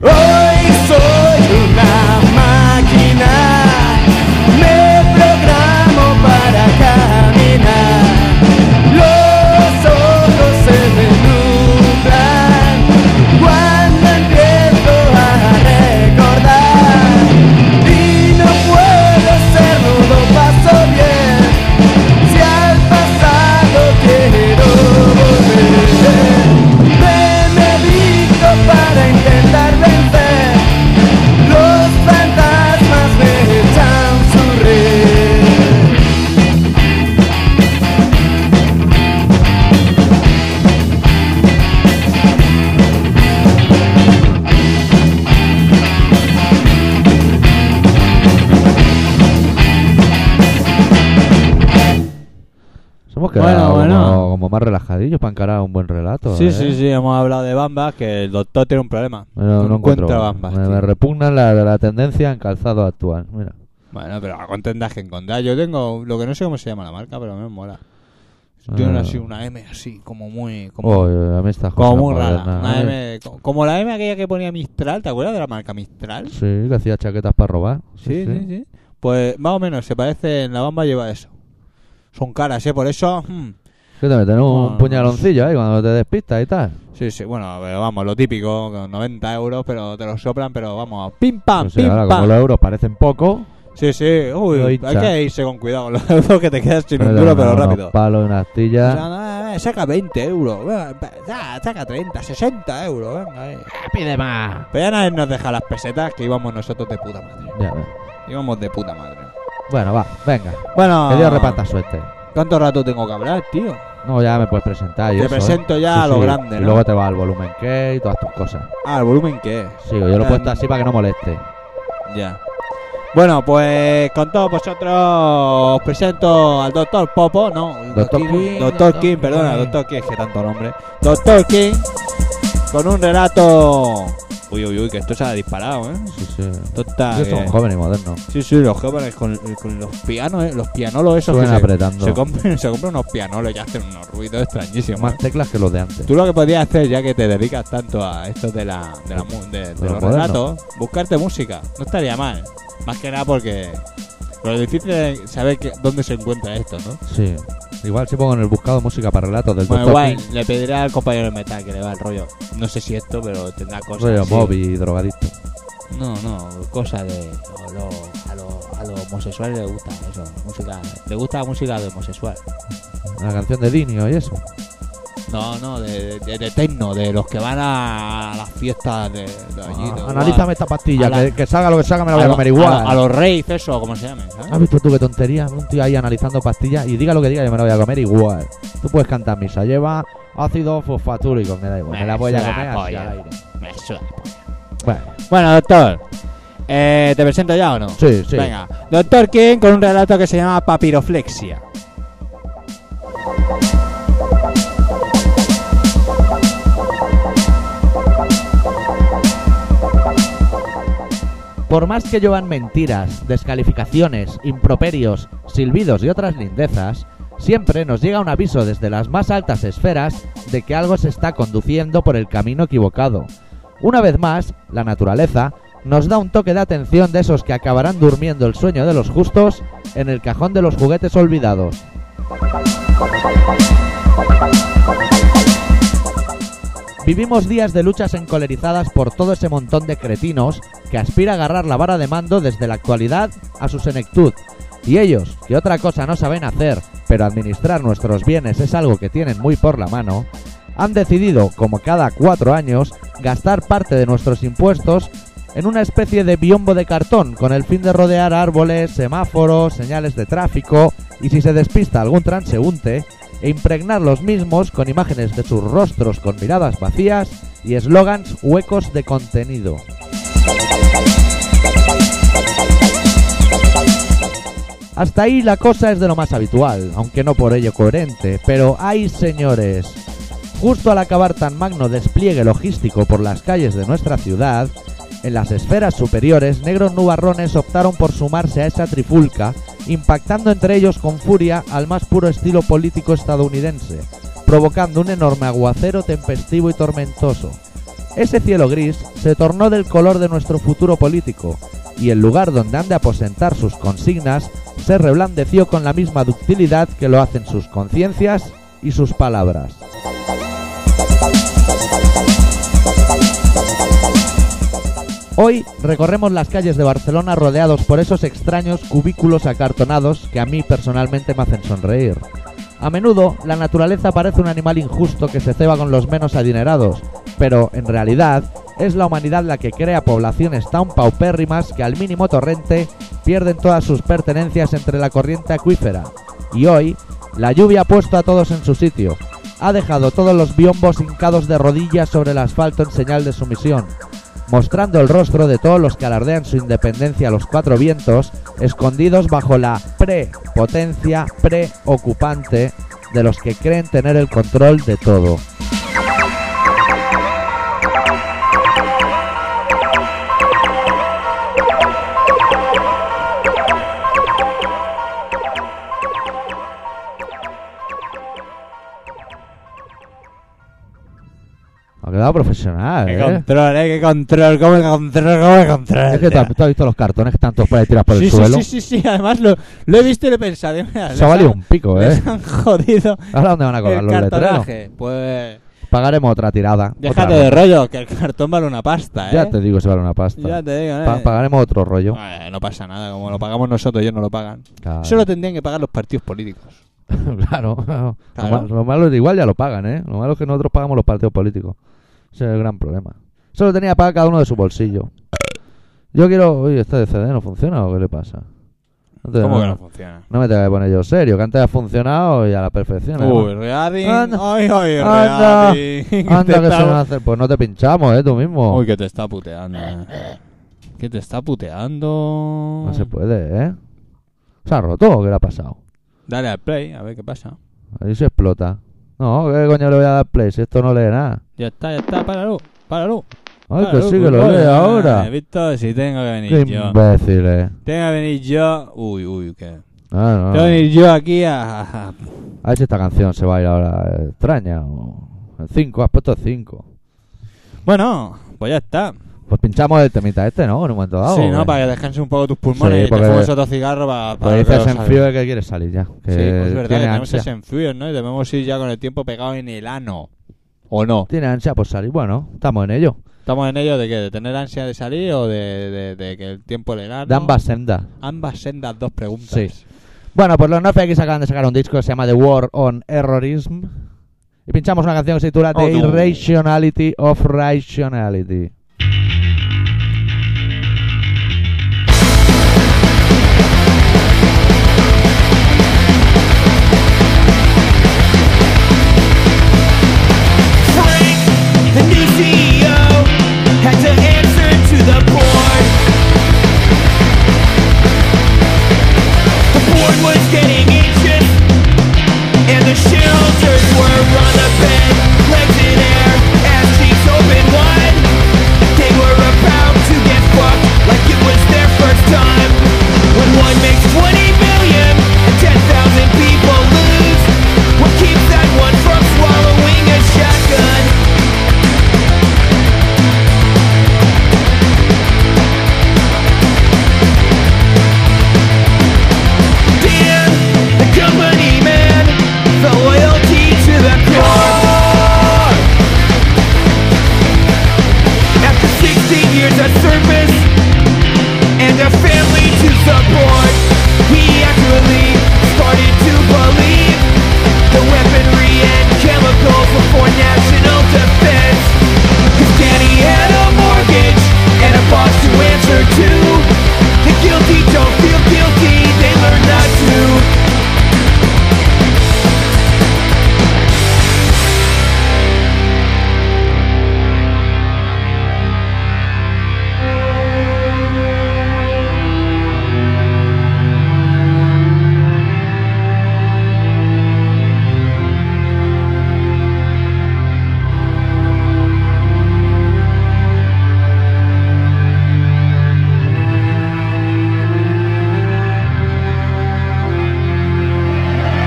Hoy soy una máquina, me programo para caminar. Los ojos se me nublan cuando empiezo a recordar. Y no puedo ser, no lo paso bien, si al pasado quiero volver. Me medico para intentar vencer Los fantasmas me echan su red Somos quedado Bueno, como, bueno. como más relajadillos para encarar un buen relato. Sí, ¿eh? sí, sí, hemos hablado de bambas, que el doctor tiene un problema. Bueno, no encuentro. bambas. me, tío. me repugna la, la tendencia en calzado actual. Mira. Bueno, pero algo tendrás que encontrar. Yo tengo lo que no sé cómo se llama la marca, pero me mola. Tiene Ah. así una M así, como muy. Como, Oh, a mí estas como cosas muy rara. modernas, Una ¿eh? M, co- como la M aquella que ponía Mistral, ¿te acuerdas de la marca Mistral? Sí, que hacía chaquetas para robar. Sí, sí, sí. Pues más o menos se parece, en la bamba lleva eso. Son caras, ¿eh? Por eso. hmm, Que te meten un, Bueno, puñaloncillo ahí cuando te despistas y tal. Sí, sí, bueno, pero vamos, lo típico, con 90 euros, pero te lo soplan, pero vamos, pim pam, No sé, Ah, pim ahora Pues como pam. los euros parecen poco, Sí, sí, uy, Lo hay hincha. que irse con cuidado, los euros que te quedas sin pero un te duro, van a pero dar rápido. Unos palos y una astilla. O sea, no, eh, saca 20 euros, eh, sa- saca 30, 60 euros, venga, eh. Ah, pide más. Pero ya nadie nos deja las pesetas que íbamos nosotros de puta madre. Ya ves. Íbamos de puta madre. Bueno, va, venga. Bueno, Que Dios reparta suerte. ¿cuánto rato tengo que hablar, tío? No, ya me puedes presentar. y Te eso, ¿eh? presento ya Sí, a lo sí. grande, Y ¿no? luego te va al volumen que y todas tus cosas. Ah, ¿el volumen qué es? Sí, yo lo he Ah, puesto así para que no moleste. Ya. Bueno, pues con todos vosotros os presento al doctor Popo, no, Dr. King, doctor Dr. King, perdona, King. doctor King, es que tanto nombre, doctor King, con un relato, uy, uy, uy, que esto se ha disparado, eh, Sí, sí. esto está, Yo soy que- joven y moderno. sí, sí, los jóvenes con, con los pianos, eh, los pianolos esos Suben que se- apretando. se, compran, se compran unos pianolos y hacen unos ruidos extrañísimos. ¿eh? Más teclas que los de antes. Tú lo que podías hacer, ya que te dedicas tanto a esto de, la, de, la mu- de- de Pero los moderno. relatos, buscarte música. No estaría mal. Más que nada porque lo difícil es saber que- dónde se encuentra esto, ¿no? Sí. Igual si pongo en el buscado música para relatos del Bueno, Dr. igual, King, le pediré al compañero de metal que le va el rollo. No sé si esto, pero tendrá cosas. rollo así. Bobby y drogadicto. No, no, cosa de. o lo- a, los a los homosexuales les gusta eso. Música, le gusta la música de homosexual. La canción de Dinio y eso. No, no, de, de, de techno, de los que van a, las fiestas de, de allí. de- Ah, analízame esta pastilla, A la- que, que salga lo que salga me a la voy a lo- comer A, igual. lo- a los reyes, eso, como se llamen, ¿sabes? ¿Has visto tú qué tontería? Un tío ahí analizando pastillas y diga lo que diga, yo me la voy a comer igual. Tú puedes cantar misa, lleva ácido fosfatúrico, me da igual. Me la voy a suda comer así polla. al aire. Me suda polla. Bueno, Bueno, doctor, eh, ¿te presento ya o no? sí, sí. Venga, doctor King con un relato que se llama Papiroflexia. Por más que llevan mentiras, descalificaciones, improperios, silbidos y otras lindezas, siempre nos llega un aviso desde las más altas esferas de que algo se está conduciendo por el camino equivocado. Una vez más, la naturaleza nos da un toque de atención de esos que acabarán durmiendo el sueño de los justos en el cajón de los juguetes olvidados. Vivimos días de luchas encolerizadas por todo ese montón de cretinos que aspira a agarrar la vara de mando desde la actualidad a su senectud. Y ellos, que otra cosa no saben hacer, pero administrar nuestros bienes es algo que tienen muy por la mano, han decidido, como cada cuatro años, gastar parte de nuestros impuestos en una especie de biombo de cartón con el fin de rodear árboles, semáforos, señales de tráfico y si se despista algún transeúnte, e impregnar los mismos con imágenes de sus rostros con miradas vacías y eslogans huecos de contenido. Hasta ahí la cosa es de lo más habitual, aunque no por ello coherente, pero ¡ay señores! Justo al acabar tan magno despliegue logístico por las calles de nuestra ciudad, en las esferas superiores, negros nubarrones optaron por sumarse a esa trifulca, impactando entre ellos con furia al más puro estilo político estadounidense, provocando un enorme aguacero tempestivo y tormentoso. Ese cielo gris se tornó del color de nuestro futuro político, y el lugar donde han de aposentar sus consignas se reblandeció con la misma ductilidad que lo hacen sus conciencias y sus palabras. Hoy recorremos las calles de Barcelona rodeados por esos extraños cubículos acartonados que a mí personalmente me hacen sonreír. A menudo la naturaleza parece un animal injusto que se ceba con los menos adinerados, pero en realidad es la humanidad la que crea poblaciones tan paupérrimas que al mínimo torrente pierden todas sus pertenencias entre la corriente acuífera. Y hoy, la lluvia ha puesto a todos en su sitio, ha dejado todos los biombos hincados de rodillas sobre el asfalto en señal de sumisión mostrando el rostro de todos los que alardean su independencia a los cuatro vientos, escondidos bajo la prepotencia preocupante de los que creen tener el control de todo. Ha quedado profesional. Qué ¿eh? control, eh, qué control, cómo el control, cómo el control. Es que tú has, tú has visto los cartones que están todos para tirar por sí, el sí, suelo. sí, sí, sí, además lo, lo he visto y lo he pensado. y mira, les Eso ha valido han- un pico, ¿eh? Ah, les han jodido Ahora dónde van a colgar el los letreros. cartonaje. Pues Pagaremos otra tirada. otra déjate vez. de rollo, que el cartón vale una pasta, ¿eh? Ya te digo, se vale una pasta. Ya te digo, ¿eh? Pa- pagaremos otro rollo. Eh, no pasa nada, como lo pagamos nosotros, ellos no lo pagan. Claro. Eso lo tendrían que pagar los partidos políticos. Claro. Lo, Claro. ma- lo malo es que igual ya lo pagan, ¿eh? Lo malo es que nosotros pagamos los partidos políticos. Ese es el gran problema. Eso lo tenía que pagar cada uno de su bolsillo. Yo quiero... Oye, ¿este de CD no funciona o qué le pasa? No te- ¿Cómo no- que no funciona? no me tengo que poner yo serio, que antes ha funcionado y a la perfección. además. Uy, Reading. Anda. Ay, ay, Anda. Reading. Anda, Te que se está- van a hacer. Pues no te pinchamos, ¿eh? Tú mismo. Uy, que te está puteando. eh. Que te está puteando. no se puede, ¿eh? ¿Se ha roto o qué le ha pasado? Dale al play, a ver qué pasa. Ahí se explota. No, ¿qué coño le voy a dar play si esto no lee nada? Ya está, ya está, páralo, páralo. Ay, que páralo, sí, que lo culpable. lee He ahora. visto si tengo que Qué venir yo. imbécil, ¿eh? Tengo que venir yo. Uy, uy, qué. Ah, no. Tengo que venir yo aquí a. a- A ver si esta canción se va a ir ahora eh, extraña o... El 5, has puesto 5. Bueno, pues ya está. Pues pinchamos el temita este, ¿no? En un momento dado. sí, ¿o ¿no? qué? Para que descanse un poco tus pulmones Sí, y porque- te fumes otro cigarro para. para Pues que dices lo en salga. frío que quieres salir ya. Que Sí, pues es verdad que tiene tenemos ansia. ese enfrío, ¿no? Y debemos ir ya con el tiempo pegado en el ano. ¿O no? Tiene ansia por salir. Bueno, estamos en ello. ¿Estamos en ello de qué? ¿De tener ansia de salir o de, de- de que el tiempo en el ano? De ambas sendas. Ambas sendas, dos preguntas. Sí. Bueno, pues los NoFX acaban de sacar un disco que se llama The War on Errorism. Y pinchamos una canción que se titula The Oh, no. Irrationality of Rationality. Frank, the new CEO, had to answer to the board. The board was getting anxious, and the shareholders were on the bed, legs in air, ass cheeks open wide. They were about to get fucked like it was their first time. When one makes 20 million and 10,000 people lose, what keeps that one from swallowing a shotgun? Dan, the company man, felt loyalty to the core. After 16 years of service and a family to support, he actually started to believe the weaponry and chemicals were for national defense. His daddy had a mortgage and a boss to answer to. The guilty don't feel guilty, they learn not to.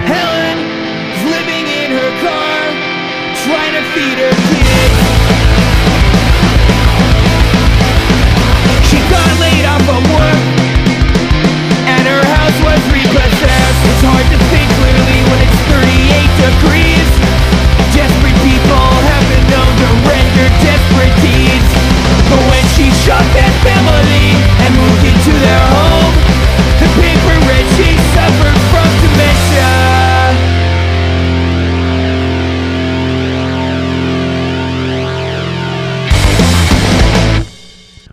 Helen is living in her car, trying to feed her kid. She got laid off from work, and her house was repossessed. It's hard to think clearly when it's 38 degrees. Desperate people have been known to render desperate deeds. But when she shot that family and moved into their home, the paper read she suffered from dementia.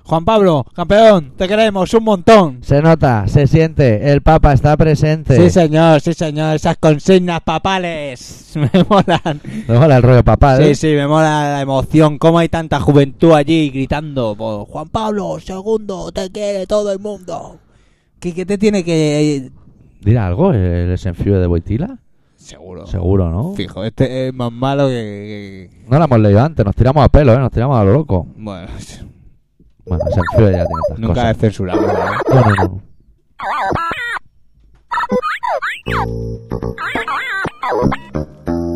Juan Pablo, campeón, te queremos un montón. Se nota, se siente, el Papa está presente. Sí, señor, sí, señor. Esas consignas papales me molan. Me mola el rollo papá, Sí, ¿eh? sí, me mola la emoción. Cómo hay tanta juventud allí gritando por Juan Pablo, segundo, te quiere todo el mundo. ¿Qué, qué te tiene que...? eh, ¿Dirá algo eh, el desenfío de Boitila? Seguro. Seguro, ¿no? Fijo, este es más malo que... que- que- No la hemos leído antes, nos tiramos a pelo, ¿eh? Nos tiramos a lo loco. Bueno, Bueno, desenfío ya tiene estas nunca he cosas. censurado. ¿eh? No, no,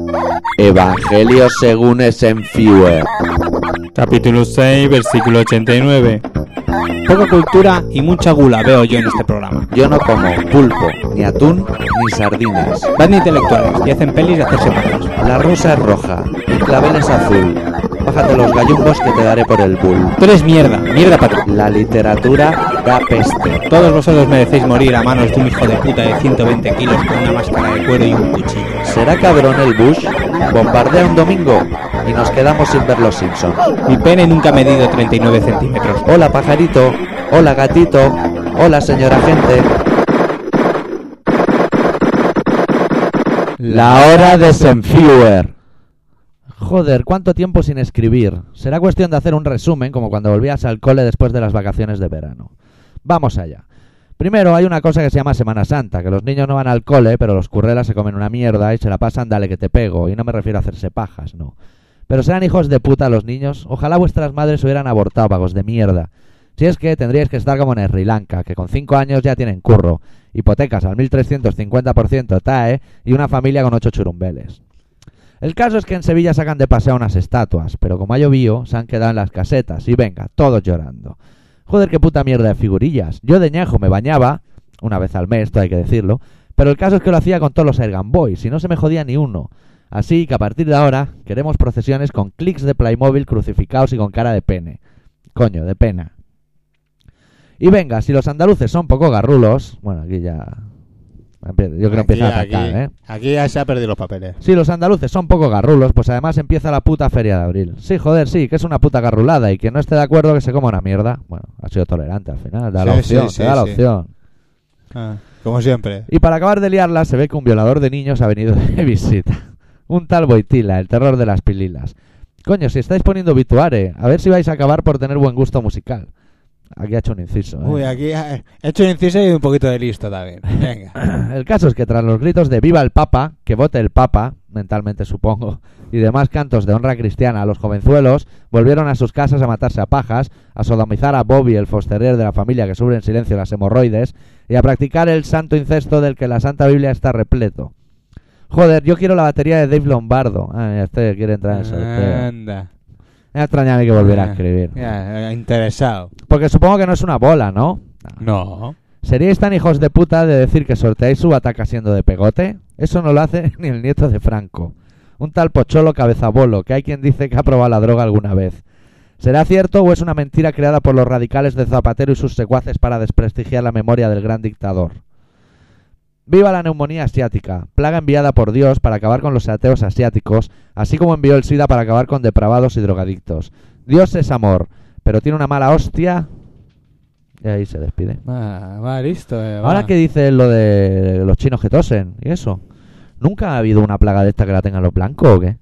no. Evangelio según Esenfiewer. Capítulo 6, versículo 89. Poca cultura y mucha gula veo yo en este programa. Yo no como pulpo, ni atún, ni sardinas. Van de intelectuales y hacen pelis de hacerse malos. La rosa es roja, el clavel es azul. Bájate los gallumbos que te daré por el bull. Tú eres mierda, mierda para La literatura da peste. Todos vosotros merecéis morir a manos de un hijo de puta de 120 kilos con una máscara de cuero y un cuchillo. ¿Será cabrón el Bush? Bombardea un domingo y nos quedamos sin ver los Simpsons. Mi pene nunca ha medido 39 centímetros. Hola pajarito, hola gatito, hola señora gente. La hora de Senfuer. Joder, ¿cuánto tiempo sin escribir? Será cuestión de hacer un resumen, como cuando volvías al cole después de las vacaciones de verano. Vamos allá. Primero hay una cosa que se llama Semana Santa, que los niños no van al cole, pero los currelas se comen una mierda y se la pasan dale que te pego, y no me refiero a hacerse pajas, no. Pero serán hijos de puta los niños, ojalá vuestras madres hubieran abortado vagos de mierda. Si es que tendríais que estar como en Sri Lanka, que con 5 años ya tienen curro, hipotecas al 1350% TAE y una familia con 8 churumbeles. El caso es que en Sevilla sacan de paseo unas estatuas, pero como ha llovido, se han quedado en las casetas y venga, todos llorando. Joder, qué puta mierda de figurillas. Yo de ñajo me bañaba, una vez al mes, esto hay que decirlo, pero el caso es que lo hacía con todos los Ergan Boys y no se me jodía ni uno. Así que a partir de ahora queremos procesiones con clics de Playmobil crucificados y con cara de pene. Coño, de pena. Y venga, si los andaluces son poco garrulos, bueno, aquí ya... Yo creo que empieza a Aquí, atacar, ¿eh? aquí ya se ha perdido los papeles. Si los andaluces son poco garrulos, pues además empieza la puta feria de abril. Sí, joder, sí, que es una puta garrulada y que no esté de acuerdo que se coma una mierda. Bueno, ha sido tolerante al final, da la Sí, opción, sí, te sí, da la sí. opción. Ah, como siempre. Y para acabar de liarla, se ve que un violador de niños ha venido de visita. Un tal Boitila, el terror de las pililas. Coño, si estáis poniendo vituare, a ver si vais a acabar por tener buen gusto musical. Aquí ha hecho un inciso. ¿eh? Uy, aquí eh, he hecho un inciso y un poquito de listo también. Venga. El caso es que tras los gritos de viva el Papa, que vote el Papa, mentalmente supongo, y demás cantos de honra cristiana, los jovenzuelos volvieron a sus casas a matarse a pajas, a sodomizar a Bobby, el fosterrier de la familia que sufre en silencio las hemorroides, y a practicar el santo incesto del que la Santa Biblia está repleto. Joder, yo quiero la batería de Dave Lombardo. Ah, mira, este quiere entrar en el sorteo. Anda. Me extrañaba que volviera a Ah, escribir. ya, eh, interesado. Porque supongo que no es una bola, ¿no? No. ¿Seríais tan hijos de puta de decir que sorteáis su ataca siendo de pegote? Eso no lo hace ni el nieto de Franco. Un tal pocholo cabezabolo, que hay quien dice que ha probado la droga alguna vez. ¿Será cierto o es una mentira creada por los radicales de Zapatero y sus secuaces para desprestigiar la memoria del gran dictador? Viva la neumonía asiática, plaga enviada por Dios para acabar con los ateos asiáticos, así como envió el SIDA para acabar con depravados y drogadictos. Dios es amor, pero tiene una mala hostia. Y ahí se despide. Va, va, listo. eh, va. Ahora que dices lo de los chinos que tosen y eso, ¿nunca ha habido una plaga de esta que la tengan los blancos o qué?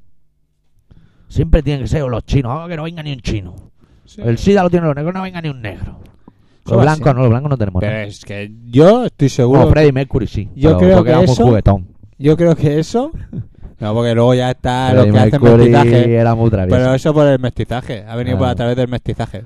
Siempre tienen que ser o los chinos, ah, que no venga ni un chino. El SIDA lo tienen los negros, no venga ni un negro. Eso Los va blancos así. no, los blancos no tenemos Pero nada. es que yo estoy seguro. Como Freddie Mercury sí. Yo pero creo porque que era muy eso- juguetón. Yo creo que eso. No, porque luego ya está lo Freddie que hacen Mercury mestizaje. era muy travieso. Pero eso por el mestizaje. Ha venido por a Claro. través del mestizaje.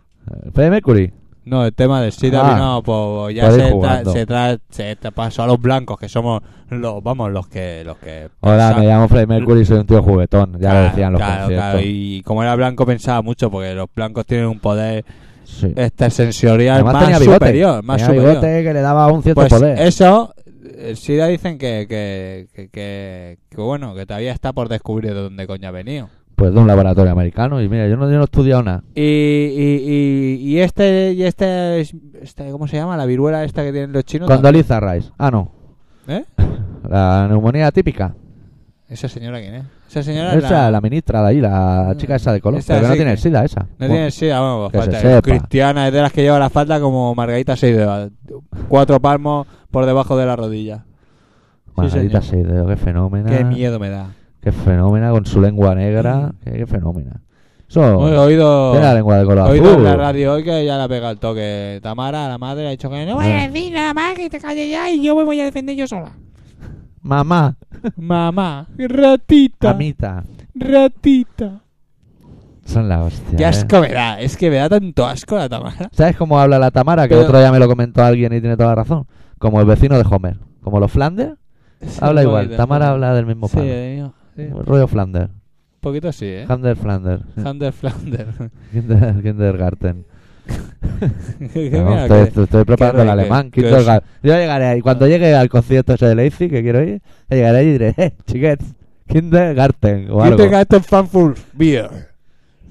Freddie Mercury. No, el tema del SIDA Ah. vino, pues ya Por ir se, tra- jugando. se, tra- se tra- pasó a los blancos, que somos los, vamos, los que... Los que Hola, pensaban- me llamo Freddie Mercury y soy un tío juguetón. Ya lo Claro, decían los claro, conciertos. claro, Y como era blanco pensaba mucho, porque los blancos tienen un poder Sí. este, sensorial Además más tenía bigote. superior. Más tenía superior. bigote que le daba un cierto Pues poder. eso, el SIDA dicen que, que, que, que- que, bueno, que todavía está por descubrir de dónde coño ha venido. Pues de un laboratorio americano. Y mira, yo no, yo no he estudiado nada. Y, y, y, y este, y este, es- este, ¿cómo se llama? La viruela esta que tienen los chinos. Condoliza Rice. Ah, no. ¿Eh? La neumonía típica. ¿Esa señora quién es? Esa señora es Esa, la- Mm, la, ministra de ahí, la chica esa de color. Esa pero que no sí tiene que- el SIDA, esa. No tiene SIDA, vamos, Que se falta. sepa. Cristiana es de las que lleva la falda como Margarita Seido, cuatro palmos por debajo de la rodilla. Margarita señor. Seidedo, qué fenómena. Qué Mm. miedo me da. Qué fenómena con su lengua negra. Qué, qué fenómena. Hoy He Eso. oído, Oh. Tiene la lengua Uh. de color he oído en azul. la radio hoy que ya la pega el toque. Tamara, la madre, ha dicho que no vaya a decir nada más, que te calles ya y yo me voy a defender yo sola. Mamá. Mamá, ratita, Amita. ratita. Son la hostia. Qué eh. asco me da, es que me da tanto asco la Tamara. ¿Sabes cómo habla la Tamara? Que Pero- otro día me lo comentó alguien y tiene toda la razón. Como el vecino de Homer. Como los Flanders. Habla Un igual. poquito. Tamara habla del mismo Sí, eh. palo. de mí, sí. Rollo Flanders. poquito sí, ¿eh? Hander Flander. Hunter Flander. Kinder- Kindergarten. Que No, mira, estoy, que- estoy- estoy preparando que- el alemán. que- Kindergarten. Yo llegaré ahí. Cuando llegue al concierto ese de Leipzig, que quiero ir, llegaré ahí y diré, eh, chiquets, Kindergarten. O Yo algo. tengo esto Frankfurt Beer.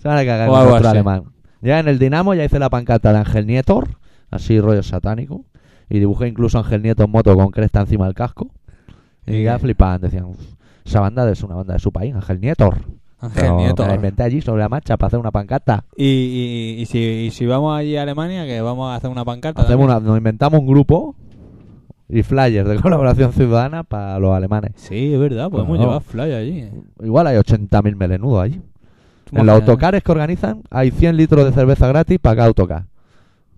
Se van a cagar O con algo otro así. alemán. Ya en el Dinamo ya hice la pancarta de Ángel Nieto, así rollo satánico. Y dibujé incluso a Ángel Nieto en moto con cresta encima del casco. Y Sí. ya flipaban, decían, "Uf, esa banda es una banda de su país, Ángel Nieto. Ángel Pero Nieto. eh. Me la inventé allí sobre la marcha para hacer una pancarta. Y, y, y si, y si vamos allí a Alemania, que vamos a hacer una pancarta. Hacemos también. una- nos inventamos un grupo y flyers de colaboración ciudadana para los alemanes. Sí, es verdad, podemos Claro. llevar fly allí. Igual hay 80.000 melenudos allí. En los autocares que organizan hay 100 litros de cerveza gratis para cada autocar.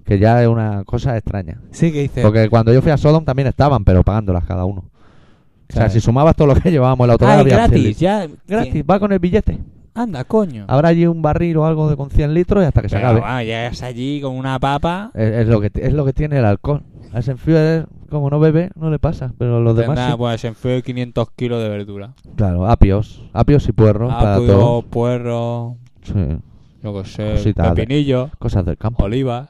Que ya es una cosa extraña. Sí, que dice. Porque cuando yo fui a Sodom también estaban, pero pagándolas cada uno. O sea, Claro. si sumabas todo lo que llevábamos el autocar, Ah, es había gratis, 100. ya. Gratis, va con el billete. Anda, coño. Habrá allí un barril o algo de con 100 litros y hasta Ah, que se Pero, acabe. Eh, vamos, llegas allí con una papa. Es, es lo que, es lo que tiene el alcohol. A Senfuer, como no bebe, no le pasa, pero los demás Tendrá, sí. pues, en feo 500 kilos de verdura. Claro, apios. Apios y puerros para Apio, todo. puerro, Sí, yo que sé, Cositas de- pepinillo, cosas del campo. olivas.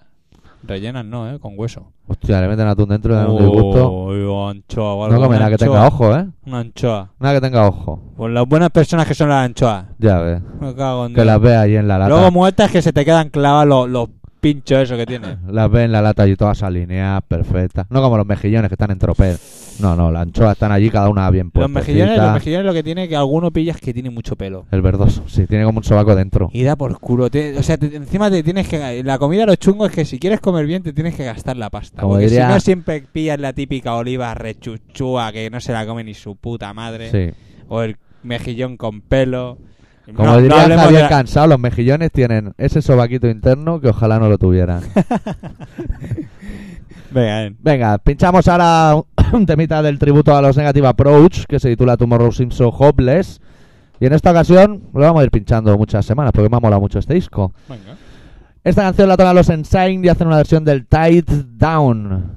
Rellenas no, ¿eh? Con hueso. Hostia, le meten atún dentro y le dan un disgusto. Uy, o Oh, anchoa o algo. No come una nada que anchoa, tenga ojo, ¿eh? Una anchoa. Nada que tenga ojo. Por las buenas personas que son las anchoas. Ya ves. Me cago en Que Dios. las ve ahí en la lata. Luego muertas que se te quedan clavas los, los pinchos esos que tienes. Las ven en la lata y todas alineadas, perfectas. No como los mejillones que están en tropel. No, no, las anchoas están allí, cada una bien Los puesta. mejillones, los mejillones lo que tiene que alguno pillas que tiene mucho pelo. El verdoso, sí, tiene como un sobaco dentro. Y da por culo. te- o sea, te- encima te tienes que. La comida, los chungos es que si quieres comer bien, te tienes que gastar la pasta. Como porque diría- si no, siempre pillas la típica oliva rechuchúa que no se la come ni su puta madre. Sí. O el mejillón con pelo. Como No- no diría hablemos de Javier la- Cansado, los mejillones tienen ese sobaquito interno que ojalá no lo tuvieran. Venga, eh. ven. Venga, pinchamos ahora un temita del tributo a los Negative Approach que se titula Tomorrow Seems So Hopeless. Y en esta ocasión lo vamos a ir pinchando muchas semanas porque me ha molado mucho este disco. Venga. Esta canción la tocan los Ensign y hacen una versión del Tide Down.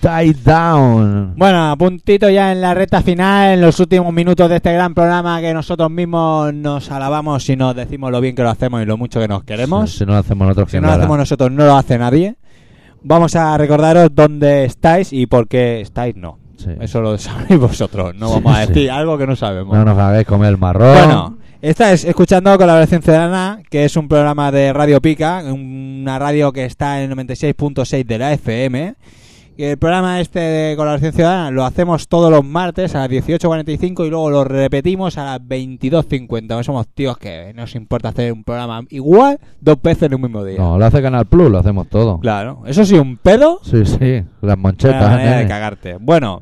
Tide Down. Bueno, a puntito ya en la recta final, en los últimos minutos de este gran programa que nosotros mismos nos alabamos y nos decimos lo bien que lo hacemos y lo mucho que nos queremos. Si, si no lo hacemos nosotros, Si ¿quién no lo lo hará? hacemos nosotros, no lo hace nadie. Vamos a recordaros dónde estáis y por qué estáis, no. Sí. Eso lo sabéis vosotros, no Sí, vamos a sí. decir algo que no sabemos. No nos hagáis comer el marrón. Bueno, estáis escuchando Colaboración Ciudadana, que es un programa de Radio Pica, una radio que está en el 96.6 de la FM. Y el programa este de Colaboración Ciudadana lo hacemos todos los martes a las 18.45 y luego lo repetimos a las 22.50. No somos tíos que nos importa hacer un programa igual dos veces en un mismo día. No, lo hace Canal Plus, lo hacemos todo. Claro, eso sí, un pedo. Sí, sí, las Una monchetas. manera de nene. cagarte. Bueno,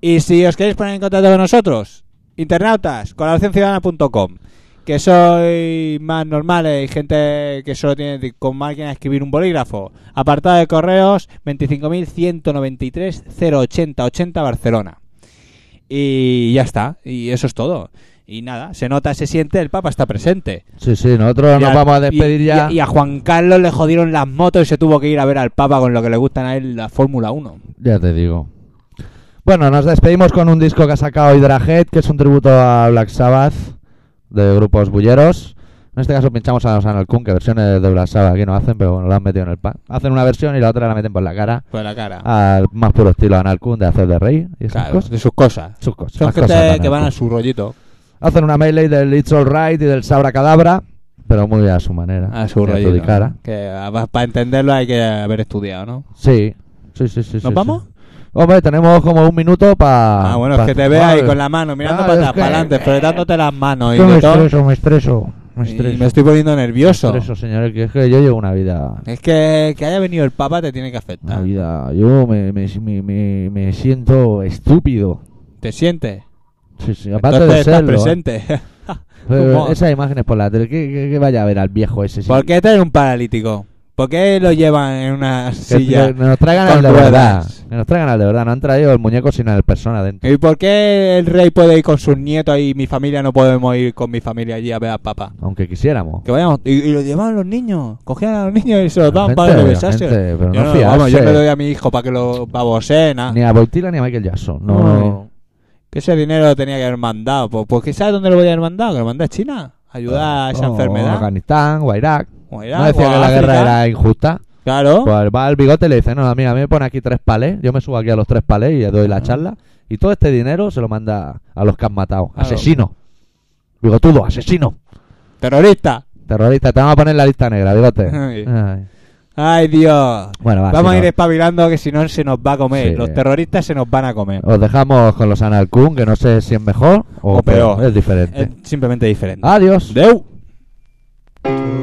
y si os queréis poner en contacto con nosotros, internautas, colaboracionciudadana.com. que soy más normales y gente que solo tiene di- con máquina de escribir un bolígrafo. Apartado de correos 25.193.080.80 Barcelona. Y ya está, y eso es todo. Y nada, se nota, se siente, el Papa está presente. Sí, sí, nosotros Y nos vamos a despedir y- ya. Y, y a Juan Carlos le jodieron las motos y se tuvo que ir a ver al Papa con lo que le gustan a él la Fórmula 1. Ya te digo. Bueno, nos despedimos con un disco que ha sacado Hydra Head, que es un tributo a Black Sabbath de grupos bulleros. En este caso pinchamos a los Anal Kun, que versiones de Black Sabbath aquí no hacen, pero bueno, lo han metido en el pack. Hacen una versión y la otra la meten por la cara Por la cara. al más puro estilo Anal Kun de hacer de rey y esas Claro, cosas. de sus cosas. Sus cosas, Son más gente cosas de que Anal van Kun. a su rollito. Hacen una melee del It's Alright y del Sabra Cadabra, pero muy a su manera. A su muy rollito. adjudicada. Que para entenderlo hay que haber estudiado, ¿no? Sí, sí, sí, sí. ¿Nos sí, sí. vamos? Hombre, tenemos como un minuto para... Ah, bueno, es que te veo ahí con la mano mirando Claro, para es atrás, que- eh, para adelante, fretándote las manos y Yo me de todo. estreso, me estreso, me Y estreso. me estoy poniendo Me nervioso. estreso, señores, que es que yo llevo una vida... Es que que haya venido el Papa te tiene que Una afectar. vida... Yo me, me, me, me- me siento estúpido. ¿Te sientes? Sí, sí, aparte Entonces de estás serlo. ¿eh? presente. Pero Humor. Esas imágenes por la tele, que, que- que vaya a ver al viejo ese. sí. ¿Por qué traen un paralítico? ¿Por qué lo llevan en una Que, silla? que nos traigan al con de verdad. ruedas. Que nos traigan al de verdad. No han traído el muñeco sin el persona dentro. ¿Y por qué el rey puede ir con sus nietos y mi familia no podemos ir con mi familia allí a ver al Papa? Aunque quisiéramos. Que vayamos. Y, y lo llevaban los niños. Cogían a los niños y se los daban para que Obviamente, besase. obviamente, pero Yo no vamos, yo fiarse. me lo doy a mi hijo para que lo babosee, nada. Ni a Boitila ni a Michael Jackson. No, No, no. Que ese dinero lo tenía que haber mandado. Pues, pues que ¿sabes dónde lo voy a haber mandado? Que lo mandé a China. Ayudar a esa No, enfermedad. Afganistán o a Irak. O a Irak, No decía o a que la guerra África. era injusta. Claro. Pues va el bigote y le dice, no, mira, a mí me pone aquí tres palés, yo me subo aquí a los tres palés y le doy la Ah. charla. Y todo este dinero se lo manda a los que han matado. Claro. Asesino. Bigotudo, asesino. Terrorista. Terrorista, te vamos a poner en la lista negra, bigote. Ay. Ay. Ay, Dios. Bueno, va, Vamos si a ir Ah, no, espabilando que si no se nos va a comer. Sí. Los terroristas se nos van a comer. Os dejamos con los Anarcún, que no sé si es mejor o, O peor. Oh, Eh, Es diferente. Es simplemente diferente. Adiós. Deu. Thank